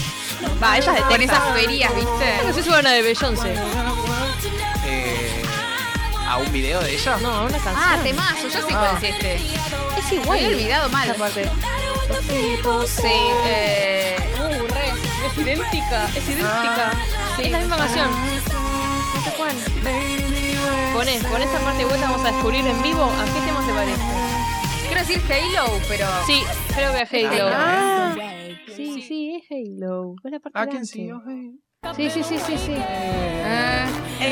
Va, ella es de
Con
Texas.
esas ferias,
No
¿viste?
sé si van a de Beyoncé.
Eh, ¿A un video de ella?
No, una canción.
Ah, temazo. Yo sé cuál es este.
es
Me había olvidado mal. Sí, eh...
Uh, re. Es idéntica, es idéntica. Es la misma canción. No sé cuál. Poné, poné esta parte de vuelta, vamos a descubrir en vivo a qué tema se parece.
Quiero decir Halo, pero...
Sí, creo que es Halo.
Ah.
Sí, sí, es Halo. Es la parte
¿A
de
quién
antes.
sí?
Sí, sí, sí, sí, sí.
Eh,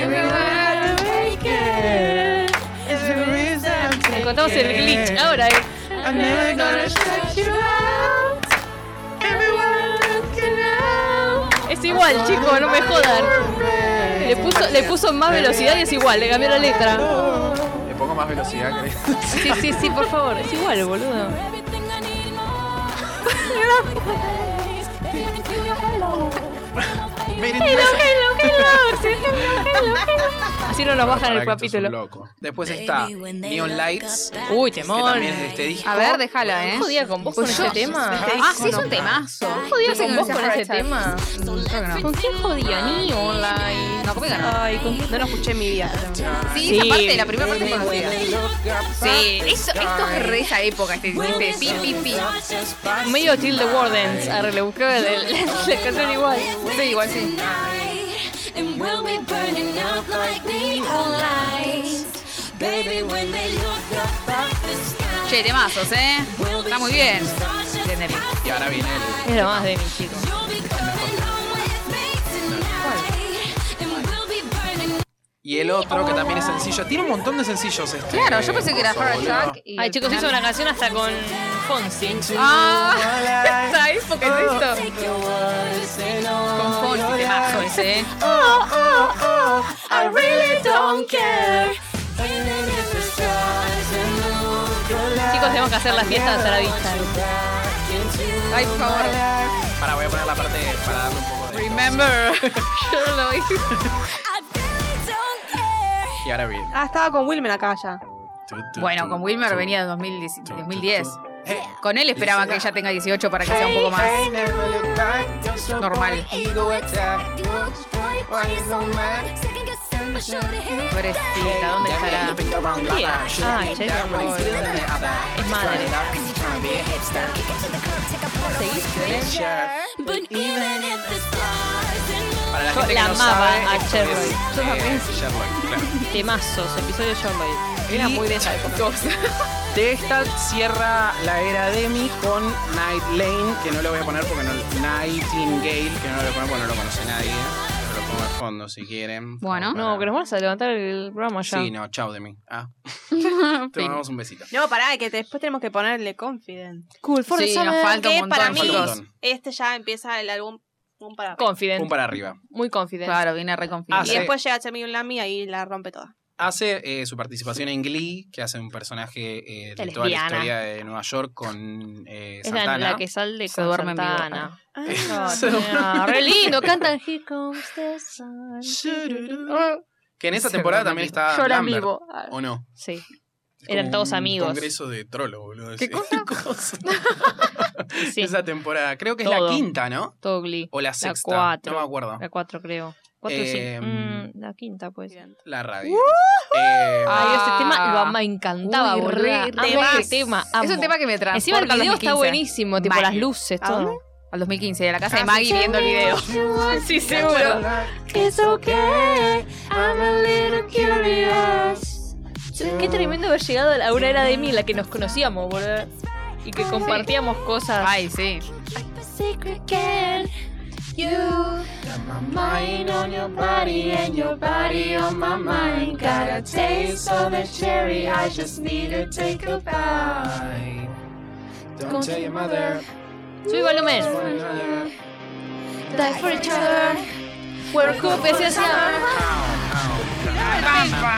Encontramos el glitch ahora, eh. Es igual, chicos, no me jodan. Le puso, le puso más velocidad y es igual, le cambió la letra.
Le pongo más velocidad, creo.
Sí, sí, sí, por favor, es igual, boludo.
Made in the USA.
Así no nos bajan
Para
el
que esto es un
capítulo.
loco. Después está Neon Lights, que
Uy, temón.
también es de este disco.
A
Ah.
ver, déjala, ¿eh?
¿No jodía con vos con
Pues yo-
este tema?
Ah, sí, es un temazo.
jodía
Dicen
con
que
vos
no
con
sea
ese
Friday.
tema?
Mm, creo que no.
¿Con quién jodía? Ni online.
No, conmigo no.
Ay, con- no lo escuché en mi vida. pero-
Sí,
Sí.
esa parte, la primera parte es conocida. Sí, eso, esto es re esa época, este, este pi, pi, pi.
Medio Till the Wardens. Arre, le busqué el- el- la canción igual.
Sí, igual sí. Che, temazos, ¿eh? Está muy bien. Bien, Demi.
Y ahora viene el
Es lo más de mi chico.
Y el otro, que también es sencillo. Tiene un montón de sencillos este.
Claro, yo pensé que era
coso,
Heart
boludo.
Attack. y-
Ay, chicos, hizo una canción hasta con Fonsi.
Ah, ¿sabes por qué es
Oh.
esto? Con Fonsi, temazo ese. ¿eh?
Oh, I really don't care.
Chicos, tenemos que hacer la fiesta de Saravista.
Ay, por favor.
Para, voy a poner la parte para darle un poco de.
Remember. Yo no lo vi.
Y ahora bien.
Ah, estaba con Wilmer acá ya.
Tu, tu,
Bueno,
tu,
con Wilmer
tu,
venía de 2010.
tu, tu,
2010.
tu. Hey,
Con él esperaba que ella tenga 18 para que sea un poco más. normal. Pobrecita, ¿dónde estará? Ah,
Ay, che, es madre.
Para la gente
la
que no
amaba
sabe,
a
esto es,
Sherlock.
eh, Sherlock, claro.
Temazos, episodio de John Boyd.
Era muy de esa época. De esta cierra la era Demi con Night Lane, que no lo voy a poner porque no. Nightingale, que no lo voy a poner porque no lo conoce nadie. Pero lo pongo al fondo si quieren.
Bueno.
Como
No,
para-
que nos vamos a levantar el programa ya.
Sí, no, chao Demi. Ah. Te mandamos un besito.
No, pará, que te- después tenemos que ponerle Confident. Cool, for
Sí,
the
nos
summer,
falta un
que
montón,
para
nos
mí
falta un montón.
este ya empieza el álbum un para arriba.
Confident.
Un para arriba.
Muy confident.
Claro, viene
Ah,
Y
sí.
reconfigurada.
después llega Chemi Lami y la rompe toda.
Hace eh, su participación en Glee, que hace un personaje eh, de
Es
toda la
lesbiana.
historia de Nueva York con eh,
Es la,
Santana.
la que sale
Se
con
duerme en vivo.
Santana.
Ah,
Se duerme.
Ah, re lindo, cantan Here Comes the Sun.
Que en esa
Se
temporada también
duerme vivo.
está
Lloran
Lambert, Oh.
vivo. Ah,
¿O no?
Sí.
Es
Eran
como
todos
un
amigos.
Congreso de trolo, boludo.
¿Qué
sí.
cosa?
Sí,
Esa temporada. Creo que es
Todo.
la quinta, ¿no?
todo Glee.
O la sexta.
cuatro.
No me acuerdo.
La 4 creo. 4 y
Eh,
5. Mm, la quinta pues.
bien.
La radio. Eh,
Ah,
Ay, ese tema lo ama, me encantaba,
Uy,
boluda.
re
Amo
temazo.
ese tema.
Es un
amo.
tema que me transporta
Encima el
al
video está
2015.
buenísimo, tipo
Mal.
las luces,
¿A
todo.
dónde?
Al 2015, a la casa de Maggie viendo el video.
Sí, seguro.
It's okay. I'm a little curious.
Qué tremendo haber llegado a una era de mí en la que nos conocíamos, boludo. Y que compartíamos cosas.
Ay, sí.
Keep a secret can you? Mind on your body and your body on my mind. Got a taste of the cherry. I just need to take a bite.
Don't tell your mother.
Subí volumen.
Die for each other.
We're cool, pese hacia.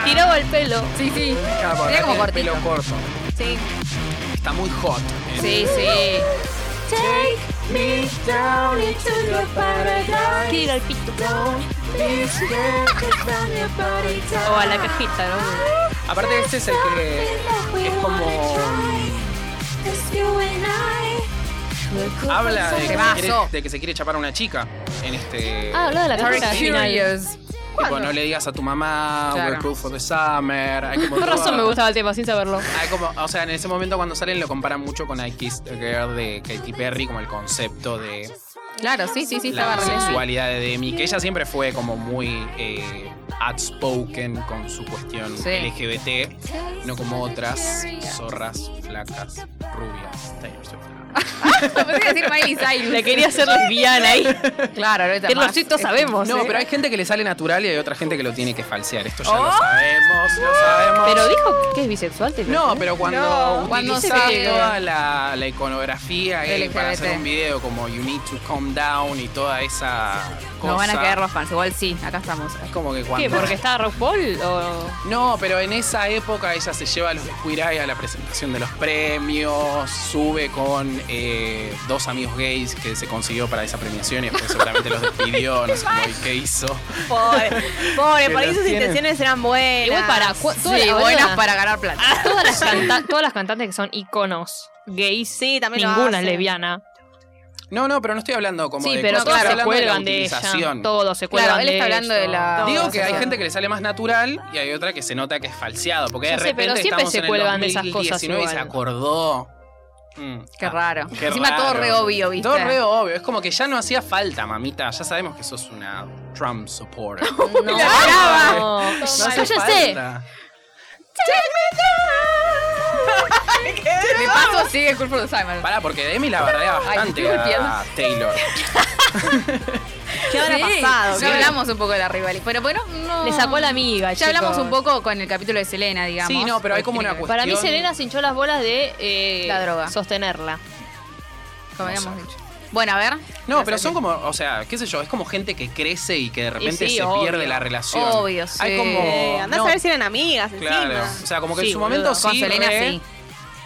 Tiraba el pelo.
Sí, sí.
Era
como
Pelo corto.
Sí.
Está muy hot. eh.
Sí, sí.
Take me down into your paradise.
Tira el pito.
Be scared to from your body.
O a la cajita, ¿no?
Aparte, este es el que
Es
como- habla de que, se
Temazo.
quiere, de que se quiere chapar a una chica. En este.
Ah, hablaba de la
Very
cajita al final.
curious.
tipo, no le digas a tu mamá, "Oh,
Claro.
we're cool for the summer. Hay como
Por
toda-
razón me gustaba el tema, sin saberlo.
Hay como, o sea, en ese momento cuando salen lo comparan mucho con I Kissed a Girl de Katy Perry, como el concepto de
Claro, sí, sí, sí, estaba
la
re
sexualidad de Demi, que ella siempre fue como muy eh, outspoken con su cuestión
Sí.
LGBT, no como otras zorras, flacas, rubias. Taylor Swift.
¿Ah, Pensé que iba a decir Miley Cyrus.
Le quería hacer lesbiana ahí.
Claro, ahorita
Que
más.
Rosito sabemos.
No,
¿eh?
pero hay gente que le sale natural y hay otra gente que lo tiene que falsear. Esto ya
¡Oh!
lo sabemos, lo sabemos.
Pero dijo que es bisexual, te
No, pero cuando
Cuando
utiliza
se-
toda la, la iconografía eh,
LGBT.
para hacer un video como You Need to Calm Down y toda esa cosa.
Nos van a caer los fans. Igual sí, acá estamos.
Es como que cuando...
¿Qué? ¿Porque estaba RuPaul? O...
No, pero en esa época ella se lleva a los de Queer Eye a la presentación de los premios, sube con eh, dos amigos gays que se consiguió para esa premiación y después seguramente los despidió, no sé cómo y qué hizo.
Pobre, pobre,
Que
por
las
ahí sus
tienen.
intenciones eran buenas.
Igual para cu- todas,
Sí,
las,
buenas
boluda,
para ganar plata.
todas las canta- todas las cantantes que son iconos gays,
Sí, también lo
ninguna es
hacen.
lesbiana.
No, no, pero no estoy hablando como
Sí,
de
pero
cosas,
todos
estoy
se
hablando de la
cuelgan de ella.
utilización.
Todos se cuelgan
Claro, él
de
está hablando de
esto.
la.
Digo que hay
Todos.
gente que le sale más natural y hay otra que se nota que es falseado. Porque de
Ya sé,
repente
pero siempre
estamos
se
en el
cuelgan de esas cosas
2019 y se
igual.
acordó. Mm,
Qué
ah,
raro.
qué
Encima todo
raro.
re obvio, ¿viste?
Todo re obvio. Es como que ya no hacía falta, mamita. Ya sabemos que sos una Trump supporter. No,
No,
La brava.
no,
hace
cállese.
falta.
De paso sigue Cool for the Summer.
Pará, porque Demi la verdad
Ay,
bastante
estoy golpeando.
a Taylor.
¿Qué habrá
Sí,
pasado?
Ya
¿Qué-
hablamos un poco de la rivalidad. Pero bueno, no.
Le sacó a la amiga.
Ya hablamos
chicos.
un poco con el capítulo de Selena, digamos.
Sí, no, pero hay como una cuestión.
Para mí, Selena se hinchó las bolas de eh,
La droga.
sostenerla.
Como habíamos dicho. Bueno, a ver.
No, pero son como, o sea, qué sé yo, es como gente que crece y que de repente
sí,
se
obvio.
pierde la relación.
Obvio, sí.
Hay
Eh,
como.
andá
no,
a saber si eran amigas
claro.
encima.
O sea, como que
Sí,
en su
boludo.
momento
Con
sí.
Selena
re,
sí.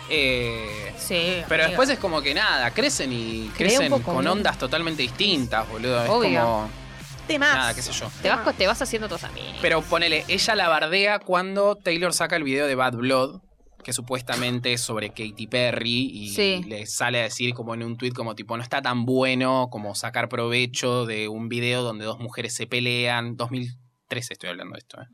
eh,
Sí.
pero
amiga.
después es como que nada, crecen y
Creo un
crecen
poco,
con
¿no?
ondas totalmente distintas, boludo. Es
Obvio.
como.
Temas.
Nada, qué sé yo.
Te vas, co- te vas haciendo tus amigos.
Pero ponele, ella la bardea cuando Taylor saca el video de Bad Blood, que supuestamente es sobre Katy Perry, y
Sí.
le sale a decir como en un tuit como tipo, no está tan bueno como sacar provecho de un video donde dos mujeres se pelean. 2013 estoy hablando de esto. ¿eh?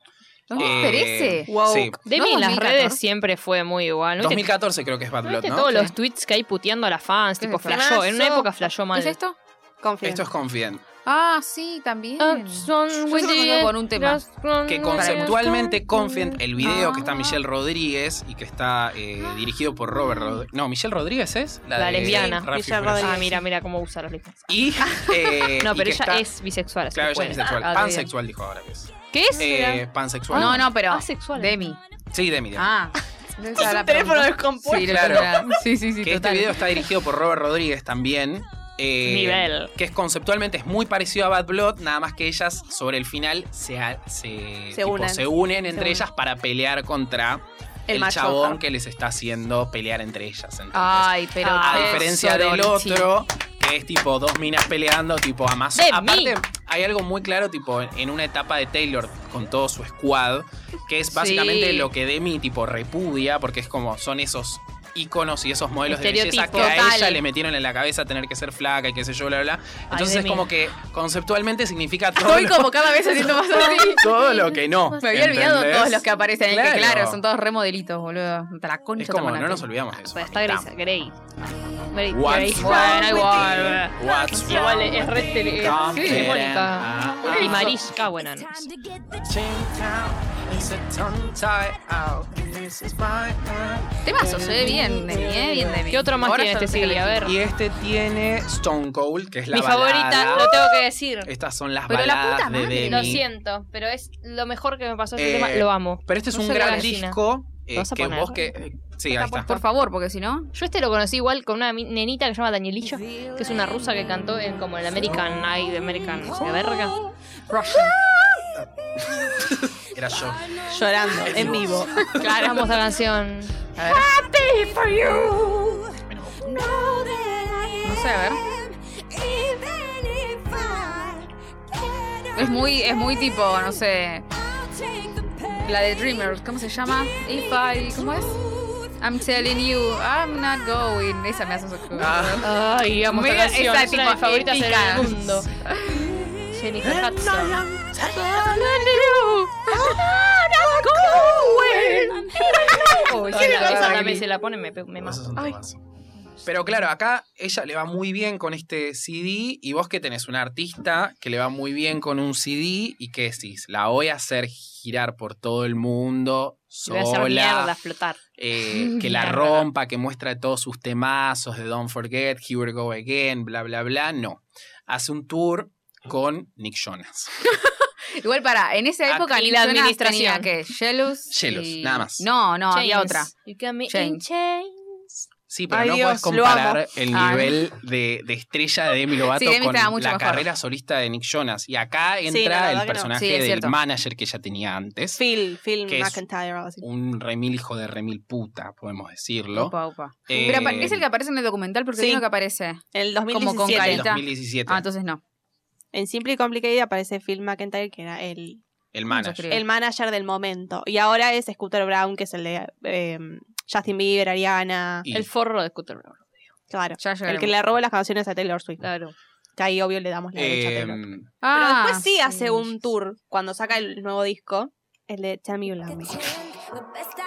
¿No
Eh,
te parece?
Wow.
Sí.
Demi en las
2014.
redes siempre fue muy igual. ¿No viste-
2014 creo que es Bad
¿no
Blood,
viste
¿no?
todos los tweets que hay puteando a las fans?
¿Qué
Tipo,
es esto?
flashó. En una
Temazo.
época flashó mal.
¿Es esto?
Confident.
Esto es Confident.
Ah, sí, también.
Ah, son
Yo solo
with
conozco
the-
con un tema.
just con-
Que conceptualmente Confident, el video que está
Ah.
Michelle Rodríguez y que está eh, dirigido por Robert Rodríguez. No, Michelle Rodríguez es la,
La
de
lesbiana.
Rápido y
Michelle
Furioso.
Ah, mira, mira cómo usa los listas.
Y, eh,
No,
y
pero
que
ella
está-
es bisexual. así
Claro, ella
que
es
puede.
bisexual.
Ah,
pansexual dijo ahora que es. Ah,
¿qué es?
Eh, pansexual.
No, no, pero.
Asexual.
Demi.
Sí, Demi. Demi.
Ah.
Es un teléfono descompuesto.
Sí,
Claro.
claro. Sí, sí, sí.
que este
total.
video está dirigido por Robert Rodríguez también. eh,
Nivel.
Que es conceptualmente es muy parecido a Bad Blood, nada más que ellas sobre el final se, ha- se, tipo,
unen.
se unen entre
unen.
ellas para pelear contra
El
el,
macho.
chabón que les está haciendo pelear entre ellas. ¿entendés?
Ay, pero.
Ah,
a
qué
diferencia del
sorority.
otro, que es tipo dos minas peleando, tipo amazo.
De
Aparte,
mí.
hay algo muy claro, tipo, en una etapa de Taylor con todo su squad, que es básicamente
Sí.
lo que Demi, tipo, repudia, porque es como, son esos íconos y esos modelos de belleza que
Estereotipos.
a ella
Total.
le metieron en la cabeza tener que ser flaca y qué sé yo, bla, bla. bla. Entonces es
Demi.
como que conceptualmente significa todo,
Estoy
lo,
como cada vez haciendo más así.
todo lo que no.
Me había olvidado
¿entendés?
todos los que aparecen. Claro,
Claro.
claro son todos remodelitos, boludo. Hasta la concha
Es como,
toman
no
la
nos
tele.
olvidamos de eso.
Bueno, está
mamita.
gris, Grey. Grey. Grey.
What's
Bueno,
wrong
igual.
with you? What's
Sí, igual,
wrong
es re tele-
with
es
you?
telefónica.
Ah, ah,
Y Marisca, bueno, no sé.
Temazo, se ve bien, Demi, eh, bien, Demi.
¿Qué otro más
Ahora
tiene
yo no sé
este CD?
qué
A ver.
Y este tiene Stone Cold, que es la
Mi
balada.
favorita, lo tengo que decir.
Estas son las
Pero la
baladas
puta
de
madre.
Demi.
Lo siento, pero es lo mejor que me pasó este
Eh,
tema. Lo amo.
Pero este es
No
un
soy
gran
gallina.
disco eh,
¿Lo vas a
que
poner?
vos que... Sí, ahí está.
Por favor, porque si no.
Yo este lo conocí igual con una mi- nenita que se llama Danielilla, que es una rusa que cantó en como el American Eye de American no sé qué verga.
Era yo.
Llorando, en vivo.
Claro, amo esta canción.
No sé, a ver. Es muy, es muy tipo, no sé. La de Dreamers, ¿cómo se llama? If I. ¿Cómo es? I'm telling you, I'm not going. Esa me hace sufrir.
Ah,
Ay, amo esta
Mega-
canción.
esa
Es una de mis
tipo
favoritas en
épica.
el mundo. Eh, Jennifer Hudson.
Ah,
Uy, si la persona me se la pone, me, pe- me
esos son
mata.
temazos. Pero claro, acá ella le va muy bien con este CD y vos que tenés una artista que le va muy bien con un CD y que decís, la voy a hacer girar por todo el mundo
Le voy a hacer mierda,
sola,
explotar.
eh, que la
Mierda.
rompa, que muestra todos sus temazos de Don't Forget, Here We Go Again, bla, bla, bla. No, hace un tour con Nick Jonas.
Igual para, en esa época
Aquí
ni
la
la administración.
administración.
que Jealous.
Jealous,
y-
nada más.
No, no, había
Chains.
otra.
You got me in
Chains.
chains.
Sí, pero
Ay,
no
Dios,
puedes
lo amo.
comparar el
Ay.
nivel de, de estrella de Demi Lovato
Sí, Demi
con la
estaba mucho mejor.
carrera solista de Nick Jonas. Y acá
Sí, la
entra
verdad que
el
no.
personaje
Sí, es
del
cierto.
manager que ella tenía antes.
Phil, Phil
Que es-
McIntyre, algo así.
Un remil hijo de remil puta, podemos decirlo.
Opa, opa.
Eh, Este.
Pero apa- es el que aparece en el documental porque
Sí.
es lo que aparece.
En el
Como
2017.
con
del
carita.
2017.
Ah, entonces no.
En Simple y Complicated aparece Phil McIntyre, que era el,
el
suscribo.
manager.
el manager del momento. Y ahora es Scooter Brown, que es el de eh, Justin Bieber, Ariana.
Y-
El forro de Scooter Brown.
Claro.
Ya
El
llegaremos.
que le roba las canciones a Taylor Swift.
Claro.
Que ahí obvio le damos la derecha a
eh,
Taylor. Pero
Ah,
después sí hace un tour cuando saca el nuevo disco, el de Tell Me You Love Me.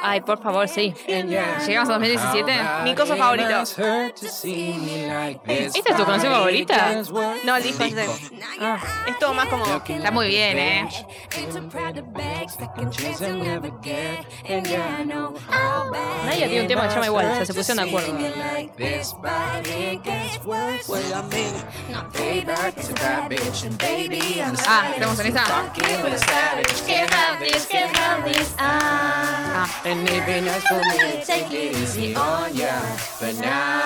Ay, por favor, sí.
Llegamos a 2017.
Mi cosa favorita.
¿Esta es tu canción favorita?
No, el disco es de.
Ah.
Es todo más como.
Está muy bien, ¿eh?
Nadia tiene un tema que se llama igual, ya se pusieron de acuerdo.
Ah, estamos en esta. Ah.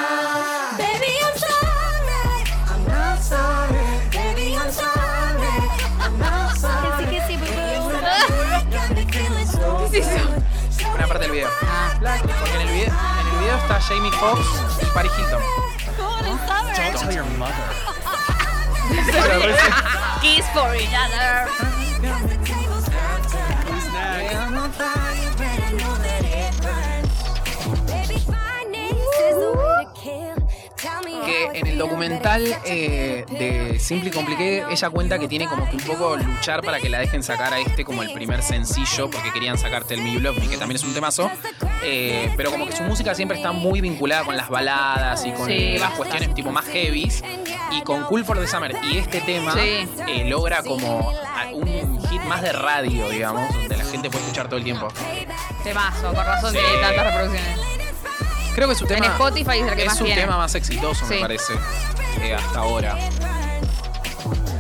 ¿Qué es eso?
Una parte del video. Porque en el video, en el video está Jamie Foxx y Paris Hilton. Don't tell your mother.
Kiss for each other.
que en el documental eh, de Simple y Compliqué, ella cuenta que tiene como que un poco luchar para que la dejen sacar a este como el primer sencillo, porque querían sacarte el Me Love Me, que también es un temazo. Eh, pero como que su música siempre está muy vinculada con las baladas y con eh,
Sí,
las
bastante.
cuestiones tipo más heavies. Y con Cool for the Summer y este tema
Sí.
eh, logra como a- un hit más de radio, digamos, donde la gente puede escuchar todo el tiempo.
Temazo, con razón
Sí.
tiene tantas reproducciones.
Creo que su tema
En Spotify es la que
es
más
su
tiene.
tema más exitoso, me
Sí.
parece, eh, hasta ahora.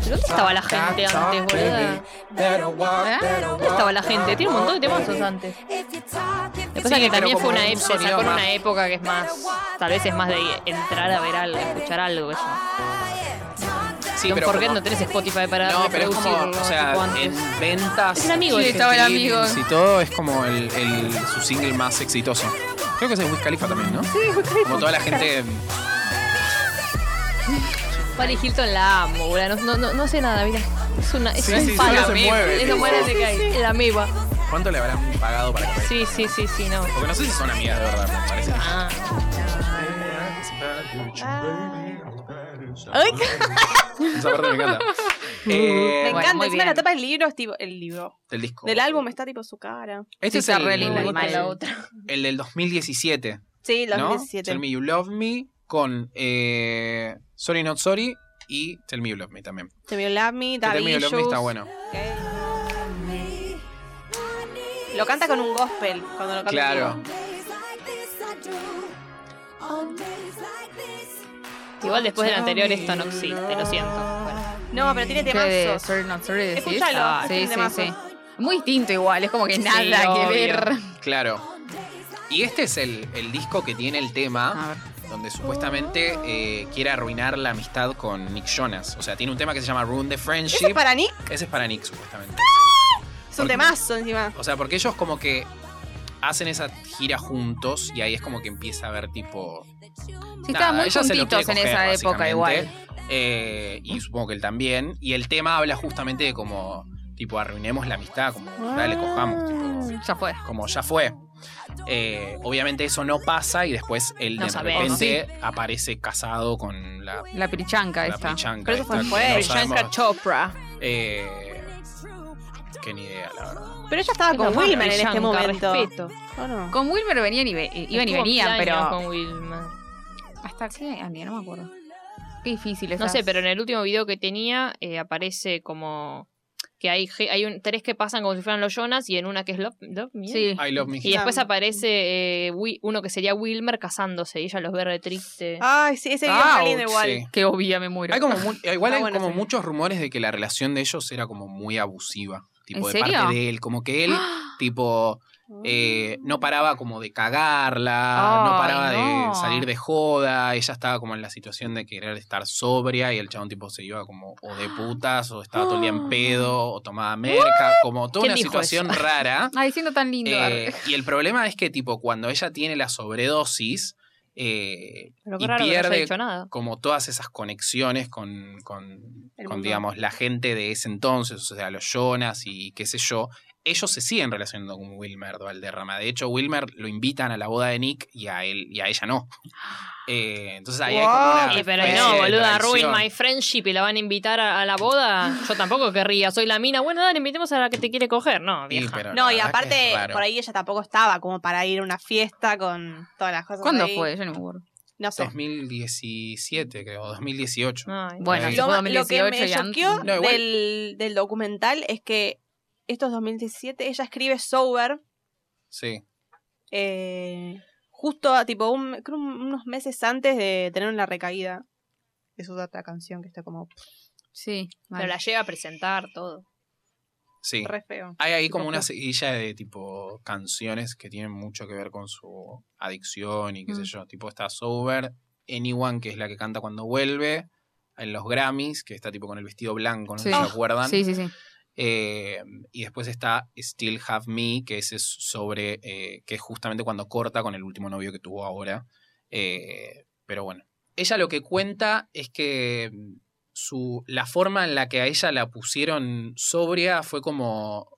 ¿Pero dónde estaba la gente antes, boluda?
Ah.
¿Eh?
¿Dónde estaba la gente? Tiene un montón de temazos antes. Lo que pasa es
Sí,
que también
pero
fue
como
una
un
época,
sonido más-
una época que es más, tal vez es más de entrar a ver algo, escuchar algo. Eso.
Sí,
Don
pero
Forget
como-
no tenés Spotify para
No, pero es como,
reproducirlo,
o sea,
tipo antes.
en ventas.
Es un amigo,
Sí, estaba el
streamings
amigo.
Y todo es como el, el- su single más exitoso. Creo que ese es Wiz Khalifa también, ¿no? Sí, Como toda la gente.
Paris Hilton la amo, boludo. No, no, no sé nada, mira. Es una. Es
Sí,
un
sí, sí,
palo.
no se mueve.
Es lo bueno que hay. Es la amiga.
¿Cuánto le habrán pagado para que
Sí, sí, sí, sí, no.
Porque no sé si son amigas de verdad, me parece.
Ah.
Ah. Ay,
Esa parte me encanta.
me
Eh,
Bueno,
encanta.
muy
Encima la
bien.
tapa del libro es tipo. El libro.
del disco.
Del álbum está tipo su cara.
Este
Sí,
es
está re lindo
el,
igual.
Igual que la
mal.
otra.
el del 2017.
Sí,
¿no?
2017.
Tell Me You Love Me con eh, Sorry Not Sorry y Tell Me You Love Me también. Que
Tell Me You Love Me,
Tell Me You Love Me está
Davillos.
bueno.
Lo canta con un gospel cuando lo canta.
Claro.
Igual después del anterior esto no existe, lo siento. Bueno.
No, pero tiene
¿Qué de
temazos.
Sorry Not Sorry decís?
Escuchalo,
Ah,
es
sí,
un
sí,
temazo.
sí. Muy distinto igual, es como que
Sí,
nada que
obvio.
ver.
Claro. Y este es el, el disco que tiene el tema
A ver.
donde supuestamente eh, quiere arruinar la amistad con Nick Jonas. O sea, tiene un tema que se llama Ruin the
¿Ese
Friendship.
es para Nick?
Ese es para Nick, supuestamente.
Es un temazo encima.
O sea, porque ellos como que hacen esa gira juntos y ahí es como que empieza a ver tipo...
Sí,
nada,
estaban muy
ella se lo
juntitos en
quiere
esa
coger,
época
básicamente.
igual.
Eh, y supongo que él también. Y el tema habla justamente de como, tipo, arruinemos la amistad, como, dale, cojamos. tipo,
Ya fue.
como ya fue. Eh, obviamente eso no pasa y después él
No
de
sabemos.
repente aparece casado con la,
La pirichanca
la
esta.
Prichanka
Pero eso fue
esta que
después,
no
Priyanka
sabemos,
Chopra.
eh, que ni idea, la verdad.
Pero ella estaba con
Es la
Wilmer en este
Priyanka,
momento.
Respeto.
¿O no?
Con Wilmer venían y ve- iban y
Estuvo
venían,
años
pero.
con Wilmer.
¿Hasta qué año? No me acuerdo. Qué difícil es.
No sé, pero en el último video que tenía eh, aparece como que hay, ge- hay un, tres que pasan como si fueran los Jonas y en una que es Love, Love Me.
Sí.
I love me.
Y después aparece eh, Wi- uno que sería Wilmer casándose y ella los ve re triste.
Ah,
Ay, sí, ese video está
Ouch,
lindo igual.
sí.
Qué obvia, me muero.
Hay como mu- igual
Ah,
hay
bueno,
como
sí.
muchos rumores de que la relación de ellos era como muy abusiva. Tipo,
¿En
de
serio?
parte de él. Como que él, tipo, eh, no paraba como de cagarla, no
Ay,
paraba
no.
de salir de joda, ella estaba como en la situación de querer estar sobria y el chabón tipo se iba como o de putas o estaba todo el día en pedo o tomaba merca, como toda
¿Quién
una
dijo
situación rara.
Ay, siendo tan lindo.
Eh, y el problema es que tipo cuando ella tiene la sobredosis, eh,
Pero
y
qué raro que no
pierde
haya dicho nada.
como todas esas conexiones con, con,
El
con,
mundo.
digamos, la gente de ese entonces, o sea, los Jonas y qué sé yo, ellos se siguen relacionando con Wilmer Valderrama. De hecho, Wilmer lo invitan a la boda de Nick y a él y a ella no. Eh, entonces ahí hay como una
Y Eh, pero
especie
no,
de
boluda, ruin
traición.
my friendship y la van a invitar a, a la boda. Yo tampoco querría, soy la mina. Bueno, dale, invitemos a la que te quiere coger. No,
Sí,
vieja.
pero la
No, y
verdad que
aparte,
es raro.
por ahí ella tampoco estaba como para ir a una fiesta con todas las cosas.
¿Cuándo
ahí.
fue? Yo no me acuerdo.
No sé. Ah.
2017, creo, 2018.
Ay,
Bueno,
Ahí.
se
Lo,
fue
ma- lo que
2018
me
y antes.
choqueó
No, igual-
del, del documental es que estos 2017 ella escribe Sober
Sí.
eh, justo a tipo un- creo un- unos meses antes de tener una recaída. Es otra canción que está como
Sí, mal.
pero la llega a presentar todo.
Sí.
re feo.
Hay ahí como una
Ujú.
seguilla de tipo canciones que tienen mucho que ver con su adicción y qué sé
Mm.
yo. Tipo está Sober, Anyone, que es la que canta cuando vuelve, en los Grammys, que está tipo con el vestido blanco, no sé
Sí.
si
Ah,
se acuerdan.
Sí, sí, sí.
Eh, y después está Still Have Me, que ese es sobre, eh, que es justamente cuando corta con el último novio que tuvo ahora. Eh, pero bueno, ella lo que cuenta es que mm, su, la forma en la que a ella la pusieron sobria fue como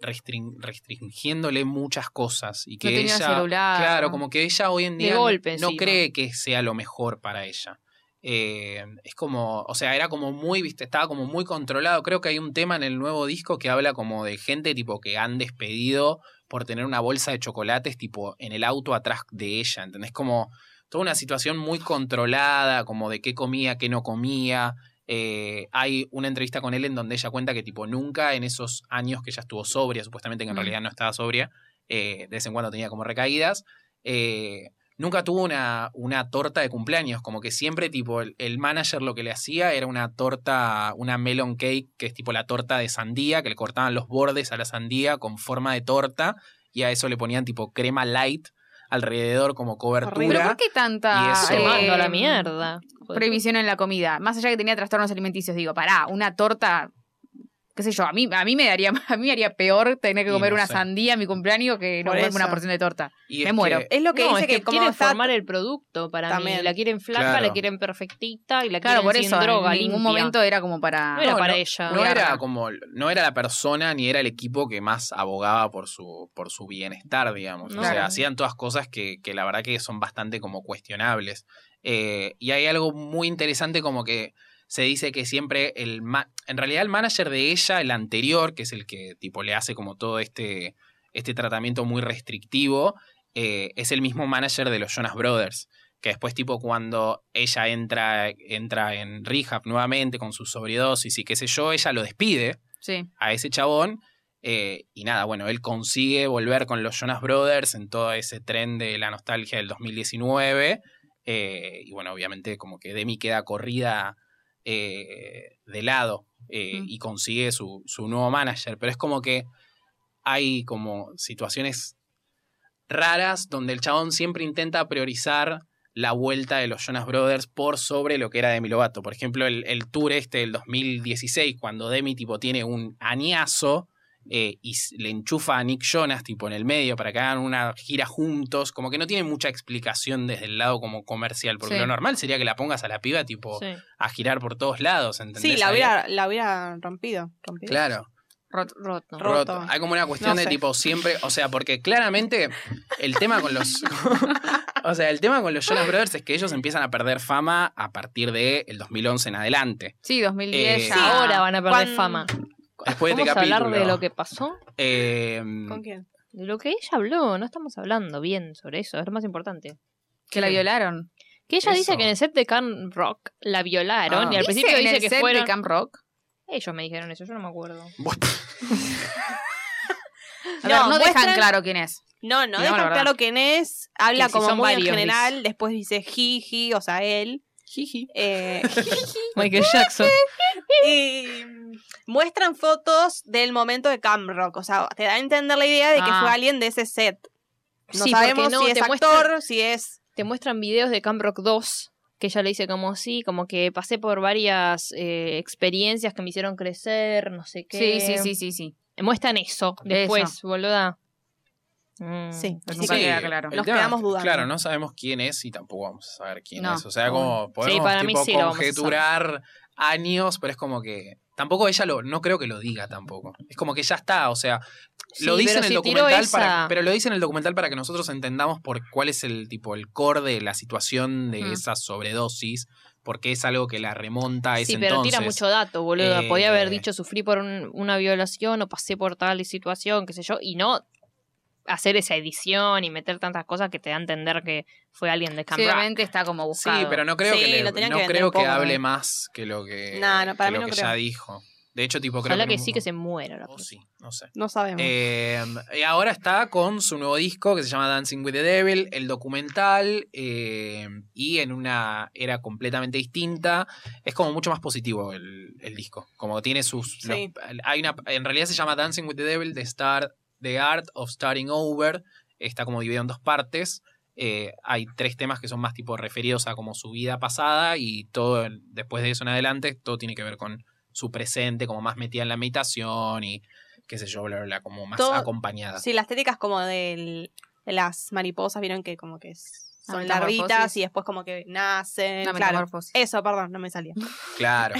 restrin- restringiéndole muchas cosas y que
no tenía
ella...
celular.
Claro,
¿no?
como que ella hoy en
De
día no-
golpe
no
encima.
cree que sea lo mejor para ella. Eh, es como, o sea, era como muy, viste, estaba como muy controlado. Creo que hay un tema en el nuevo disco que habla como de gente tipo que han despedido por tener una bolsa de chocolates tipo en el auto atrás de ella, ¿entendés? Como toda una situación muy controlada, como de qué comía, qué no comía. Eh, hay una entrevista con él en donde ella cuenta que tipo nunca en esos años que ella estuvo sobria, supuestamente que en
Mm.
realidad no estaba sobria, eh, de vez en cuando tenía como recaídas, eh, nunca tuvo una, una torta de cumpleaños, como que siempre tipo el, el manager lo que le hacía era una torta, una melon cake, que es tipo la torta de sandía, que le cortaban los bordes a la sandía con forma de torta y a eso le ponían tipo crema light alrededor como
¿Pero
cobertura.
por qué tanta
Y eso-
eh,
Se manda a la mierda.
prohibición en la comida? Más allá que tenía trastornos alimenticios, digo, pará, una torta, qué sé yo, a mí, a mí me daría, a mí me haría peor tener que
Y
comer
no
una
sé.
sandía en mi cumpleaños que no
Por
comerme una
eso.
porción de torta.
Y
me
es
muero.
que-
Es lo que
no,
dice
es que,
que, como
quieren
está-
formar el producto para mí.
También.
La quieren flaca,
Claro.
la quieren perfectita y la
Claro,
quieren
por
sin
eso
droga,
en ningún
limpia.
momento era como para...
No era
No,
para ella.
No era
Garra.
como, no era la persona ni era el equipo que más abogaba por su, por su bienestar, digamos. O
Claro.
sea, hacían todas cosas que, que la verdad que son bastante como cuestionables. Eh, y hay algo muy interesante como que se dice que siempre el ma- en realidad el manager de ella, el anterior, que es el que tipo le hace como todo este, este tratamiento muy restrictivo, eh, es el mismo manager de los Jonas Brothers que después tipo cuando ella entra, entra en rehab nuevamente con su sobredosis y qué sé yo, ella lo despide
Sí.
a ese chabón eh, y nada, bueno, él consigue volver con los Jonas Brothers en todo ese tren de la nostalgia del 2019 eh, y bueno, obviamente como que Demi queda corrida eh, de lado eh,
Mm.
y consigue su, su nuevo manager, pero es como que hay como situaciones raras donde el chabón siempre intenta priorizar la vuelta de los Jonas Brothers por sobre lo que era Demi Lovato. Por ejemplo, el, el tour este del 2016, cuando Demi tipo tiene un añazo eh, y s- le enchufa a Nick Jonas tipo en el medio para que hagan una gira juntos, como que no tiene mucha explicación desde el lado como comercial, porque
Sí.
lo normal sería que la pongas a la piba tipo
Sí.
a girar por todos lados, ¿entendés?
Sí, la
Ahí-
hubiera, la hubiera rompido. rompido.
Claro.
Rot, rot, no.
Roto.
roto. Hay como una cuestión
No
de
sé.
tipo siempre, o sea, porque claramente el tema con los o sea, el tema con los Jonas Brothers es que ellos empiezan a perder fama a partir de el 2011 en adelante.
Sí, 2010
Eh,
ya.
Sí.
Ahora van a perder
Cuan-
fama.
Después de
Vamos
este
a hablar
capítulo.
de lo que pasó,
Eh,
¿Con quién?
de lo que ella habló. No estamos hablando bien sobre eso, es lo más importante.
Que la violaron.
Que ella
Eso.
dice que en el set de Can Rock la violaron
Ah.
y al principio
en
dice
el
que
set
fueron...
de Camp Rock.
Ellos me dijeron eso, yo no me acuerdo.
vos-
A ver, no dejan
muestran-
claro quién es.
No, no,
No,
deja
la verdad.
claro quién es. Habla
Que si
como
son
muy
varios,
en general. Después dice jiji, o sea, él. Eh,
Michael Jackson.
y muestran fotos del momento de Cam Rock. O sea, te da a entender la idea de que
Ah.
fue alguien de ese set. No
Sí, porque
sabemos
no,
si es
te
actor,
muestran-
si es.
Te muestran videos de Camp Rock 2 que ella le dice como sí, como que pasé por varias eh, experiencias que me hicieron crecer, no sé
Sí,
qué.
sí, sí, sí, sí.
Muestran eso después, boluda. Mm.
Sí.
Pero
Así
nunca
que
queda claro.
el
Nos
tema-
quedamos dudando.
Claro, no sabemos quién es y tampoco vamos a saber quién
No.
es. O sea, como podemos
para mí
tipo,
sí lo vamos a saber.
conjeturar años, pero es como que Tampoco ella lo, no creo que lo diga tampoco. Es como que ya está, o sea,
Sí,
lo dice
pero
en el
si tiró
documental
esa-
para, pero lo dice en el documental para que nosotros entendamos por cuál es el tipo el core de la situación de
Mm.
esa sobredosis, porque es algo que la remonta a ese
Sí, pero
entonces.
tira mucho dato, boludo.
Eh,
Podía haber dicho sufrí por un- una violación o pasé por tal situación, qué sé yo, y no hacer esa edición y meter tantas cosas que te da a entender que fue alguien de Camp
Sí,
Rock.
obviamente está como
Sí,
buscado.
pero no creo
Sí,
que, le-
lo tenía
no
que vender
creo
un
que
poco,
hable
¿no?
más que lo que,
No, no, para
que
mí
lo
no
que
creo.
ya dijo. De hecho, tipo, creo
Ojalá
que,
que
en un-
sí que se muera la
o
persona.
sí, no sé.
No sabemos.
Eh, y ahora está con su nuevo disco que se llama Dancing with the Devil, el documental, eh, y en una era completamente distinta. Es como mucho más positivo el, el disco. Como tiene sus. los-
Sí.
hay una, en realidad se llama Dancing with the Devil, The, Star, the Art of Starting Over. Está como dividido en dos partes. Eh, hay tres temas que son más tipo referidos a como su vida pasada y todo el- después de eso en adelante todo tiene que ver con su presente, como más metida en la meditación y qué sé yo, bla, bla, bla, como más
Todo-
acompañada.
Sí, la estética es como del- de las mariposas, vieron que como que es-
La
son
metamorfosis.
larvitas y después como que nacen.
Una
claro.
metamorfosis.
Eso, perdón, no me salía.
Claro.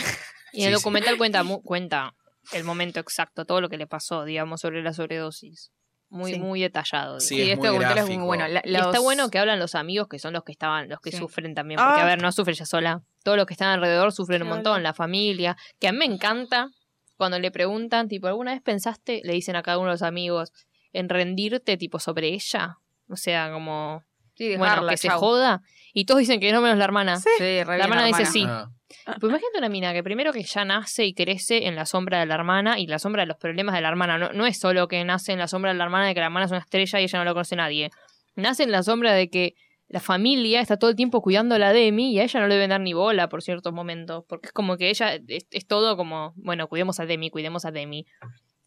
Y
Sí,
el
sí.
documental cuenta, mu- cuenta el momento exacto, todo lo que le pasó, digamos, sobre la sobredosis. Muy,
Sí.
muy detallado.
Sí,
Sí,
es
este
muy
documental es muy
gráfico.
bueno. La-
Y está
los-
bueno que hablan los amigos que son los que estaban, los que
Sí.
sufren también. Porque,
Ah.
a ver, no sufre ella sola. Todos los que están alrededor sufren un
Claro.
montón, la familia. Que a mí me encanta cuando le preguntan, tipo, ¿alguna vez pensaste, le dicen a cada uno de los amigos, en rendirte, tipo, sobre ella? O sea, como,
Sí,
bueno,
dejarla,
que se
chau.
joda. Y todos dicen que no menos la hermana.
Sí, re bien,
La hermana dice sí.
Ah,
Pues imagínate una mina que primero que ya nace y crece en la sombra de la hermana y la sombra de los problemas de la hermana. No, no es solo que nace en la sombra de la hermana de que la hermana es una estrella y ella no la conoce nadie. Nace en la sombra de que la familia está todo el tiempo cuidando a la Demi y a ella no le deben dar ni bola por ciertos momentos. Porque es como que ella es, es todo como, bueno, cuidemos a Demi, cuidemos a Demi.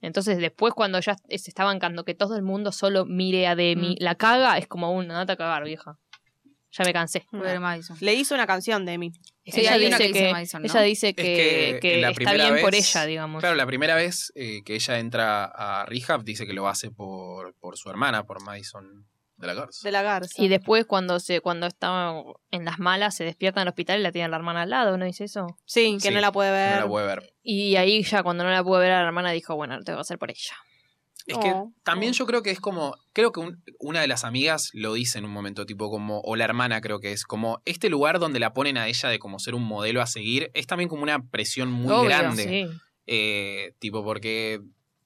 Entonces después cuando ya se está bancando que todo el mundo solo mire a Demi,
Mm.
la caga, es como "Uh, un, andate a cagar, vieja. Ya me cansé.
Pobre Madison.
Le hizo una canción de mí.
Sí,
ella,
hay una
dice
que
que,
dice Madison, ¿no?
ella dice que,
que
que
en la
está
primera
bien por
vez-
ella, digamos.
Claro, la primera vez eh, que ella entra a Rehab dice que lo hace por, por su hermana, por Madison de la Garza.
De la Garza.
Y después cuando se cuando está en las malas se despierta en el hospital y la tiene la hermana al lado, ¿no dice eso?
Sí, que
Sí,
no la puede ver.
No la puede ver.
Y ahí ya cuando no la pudo ver a la hermana dijo, bueno, lo tengo que hacer por ella.
Es que
Oh,
también
oh.
yo creo que es como, creo que un- una de las amigas lo dice en un momento, tipo como, o la hermana creo que es, como este lugar donde la ponen a ella de como ser un modelo a seguir, es también como una presión muy
Obvio,
grande.
Sí.
Eh, tipo porque,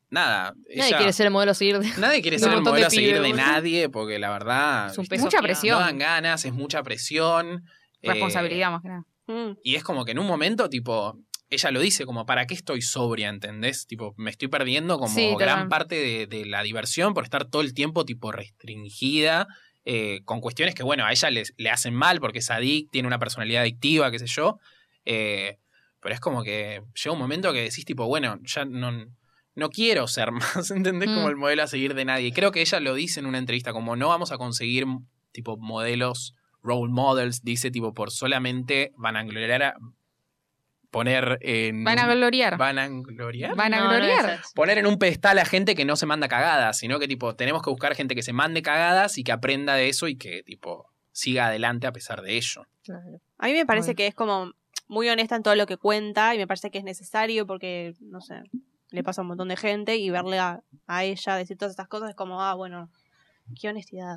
nada,
Nadie
ella-
quiere ser el modelo a seguir de-
nadie quiere
de
ser
un
el
montón de
modelo a seguir de
pibes.
nadie, porque la verdad,
Es
Ah,
un
viste,
peso
Mucha
que-
presión.
no dan ganas, es mucha presión. eh,
Responsabilidad más que nada.
Mm.
y es como que en un momento, tipo, ella lo dice, como, ¿para qué estoy sobria? ¿Entendés? Tipo, me estoy perdiendo como
Sí, total.
gran parte de, de la diversión por estar todo el tiempo, tipo, restringida. eh, con cuestiones que, bueno, a ella les- le hacen mal porque es adicta, tiene una personalidad adictiva, qué sé yo. eh, pero es como que llega un momento que decís, tipo, bueno, ya no, no quiero ser más, ¿entendés? Como
Mm.
el modelo a seguir de nadie. Creo que ella lo dice en una entrevista, como no vamos a conseguir, tipo, modelos role models, dice tipo por solamente van a gloriar a poner en
Van a gloriar.
van a gloriar
Van a
No, no,
gloriar.
esa es.
poner en un pedestal a gente que no se manda cagadas, sino que tipo tenemos que buscar gente que se mande cagadas y que aprenda de eso y que tipo siga adelante a pesar de ello.
Claro.
A mí me parece
Bueno.
que es como muy honesta en todo lo que cuenta y me parece que es necesario porque, no sé, le pasa a un montón de gente y verle a, a ella decir todas estas cosas es como, ah, bueno, qué honestidad.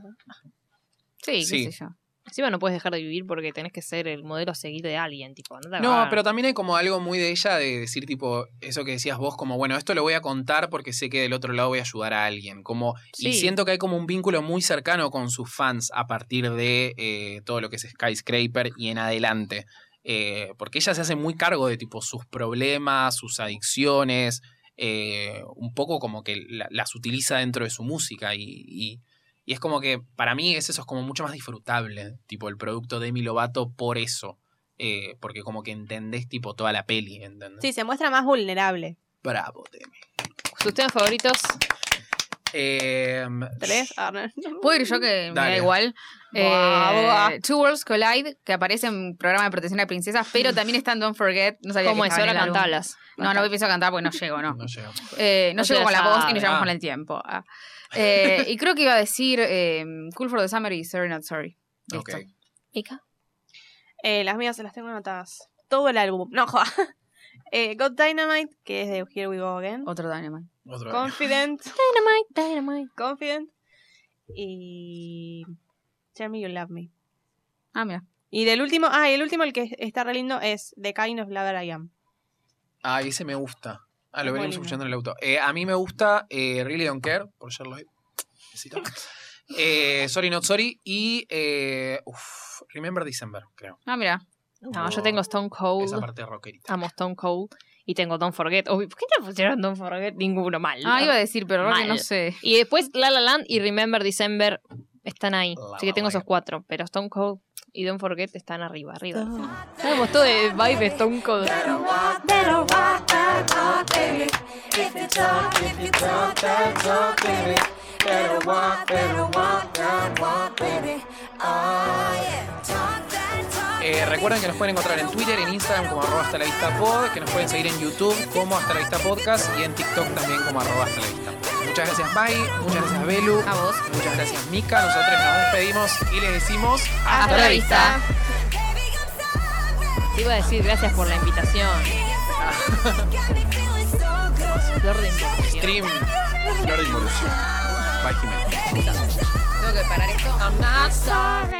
Sí, qué
Sí.
sé yo.
Encima no puedes dejar de vivir porque tenés que ser el modelo a seguir de alguien, tipo, andate a
No,
cagar.
pero también hay como algo muy de ella de decir tipo eso que decías vos como bueno, esto lo voy a contar porque sé que del otro lado voy a ayudar a alguien, como y
Sí.
siento que hay como un vínculo muy cercano con sus fans a partir de eh, todo lo que es Skyscraper y en adelante. Eh, porque ella se hace muy cargo de tipo sus problemas, sus adicciones, eh, un poco como que la- las utiliza dentro de su música y, y- y es como que para mí es eso es como mucho más disfrutable, tipo el producto de Demi Lovato por eso, eh, porque como que entendés tipo toda la peli, ¿entendés?
Sí, se muestra más vulnerable.
Bravo, Demi.
sus temas favoritos,
Em,
¿Tres? Ah, no.
Puedo ir yo que me
Dale.
da igual.
Buah,
Eh, Two Worlds Collide, que aparece en programa de protección de princesas, pero también está en Don't Forget. No sabía
como
que
es
estaba
ahora
en el álbum.
cantalas.
No, no me pienso cantar porque no llego, no.
no llegó.
Eh, no
No se
llego
la
con la voz y
sabe.
no llegamos
Ah.
con el tiempo. Ah. Eh, y creo que iba a decir eh, Cool for the Summer y Sorry Not Sorry. Listo.
Ok.
Mica.
Eh, las mías se las tengo anotadas. Todo el álbum. No, joda. Eh, Got Dynamite, que es de Here We Go Again.
Otro Dynamite.
Otro día.
Confident.
Dynamite, Dynamite.
Confident. Y. Tell Me You Love Me.
Ah, mira.
Y del último, ah, y el último, el que está re lindo, es The Kind of Lover I Am.
Ah, ese me gusta. Ah, lo
Es
venimos
buenísimo.
escuchando en el auto. Eh, a mí me gusta eh, Really Don't Care, por Charlotte. Besito. Eh, sorry Not Sorry y eh, uf, Remember December, creo.
Ah, mira.
No, yo tengo Stone Cold.
Esa parte rockerita.
Amo Stone Cold. Y tengo Don't Forget. Uy, ¿Por qué no pusieron Don't Forget? Ninguno mal.
Ah, iba a decir, pero ahora que no
Mal.
sé.
Y después La La Land y Remember December están ahí.
La
Así que
La
tengo esos
Land.
cuatro. Pero Stone Cold y Don't Forget están arriba, arriba. Ah, Estamos todo de vibe Stone Cold.
Oh,
Eh, recuerden que nos pueden encontrar en Twitter, en Instagram como arroba hasta la vista pod, que nos pueden seguir en YouTube como hasta la vista podcast y en TikTok también como arroba hasta la vista. Muchas gracias Mai, muchas gracias Belu,
A vos.
muchas gracias Mika, nosotros nos despedimos y les decimos
Hasta la vista.
Te iba a decir gracias por la invitación. Flor de invitación.
Stream Flor de Involución. Bye Jimena.
Tengo que parar esto.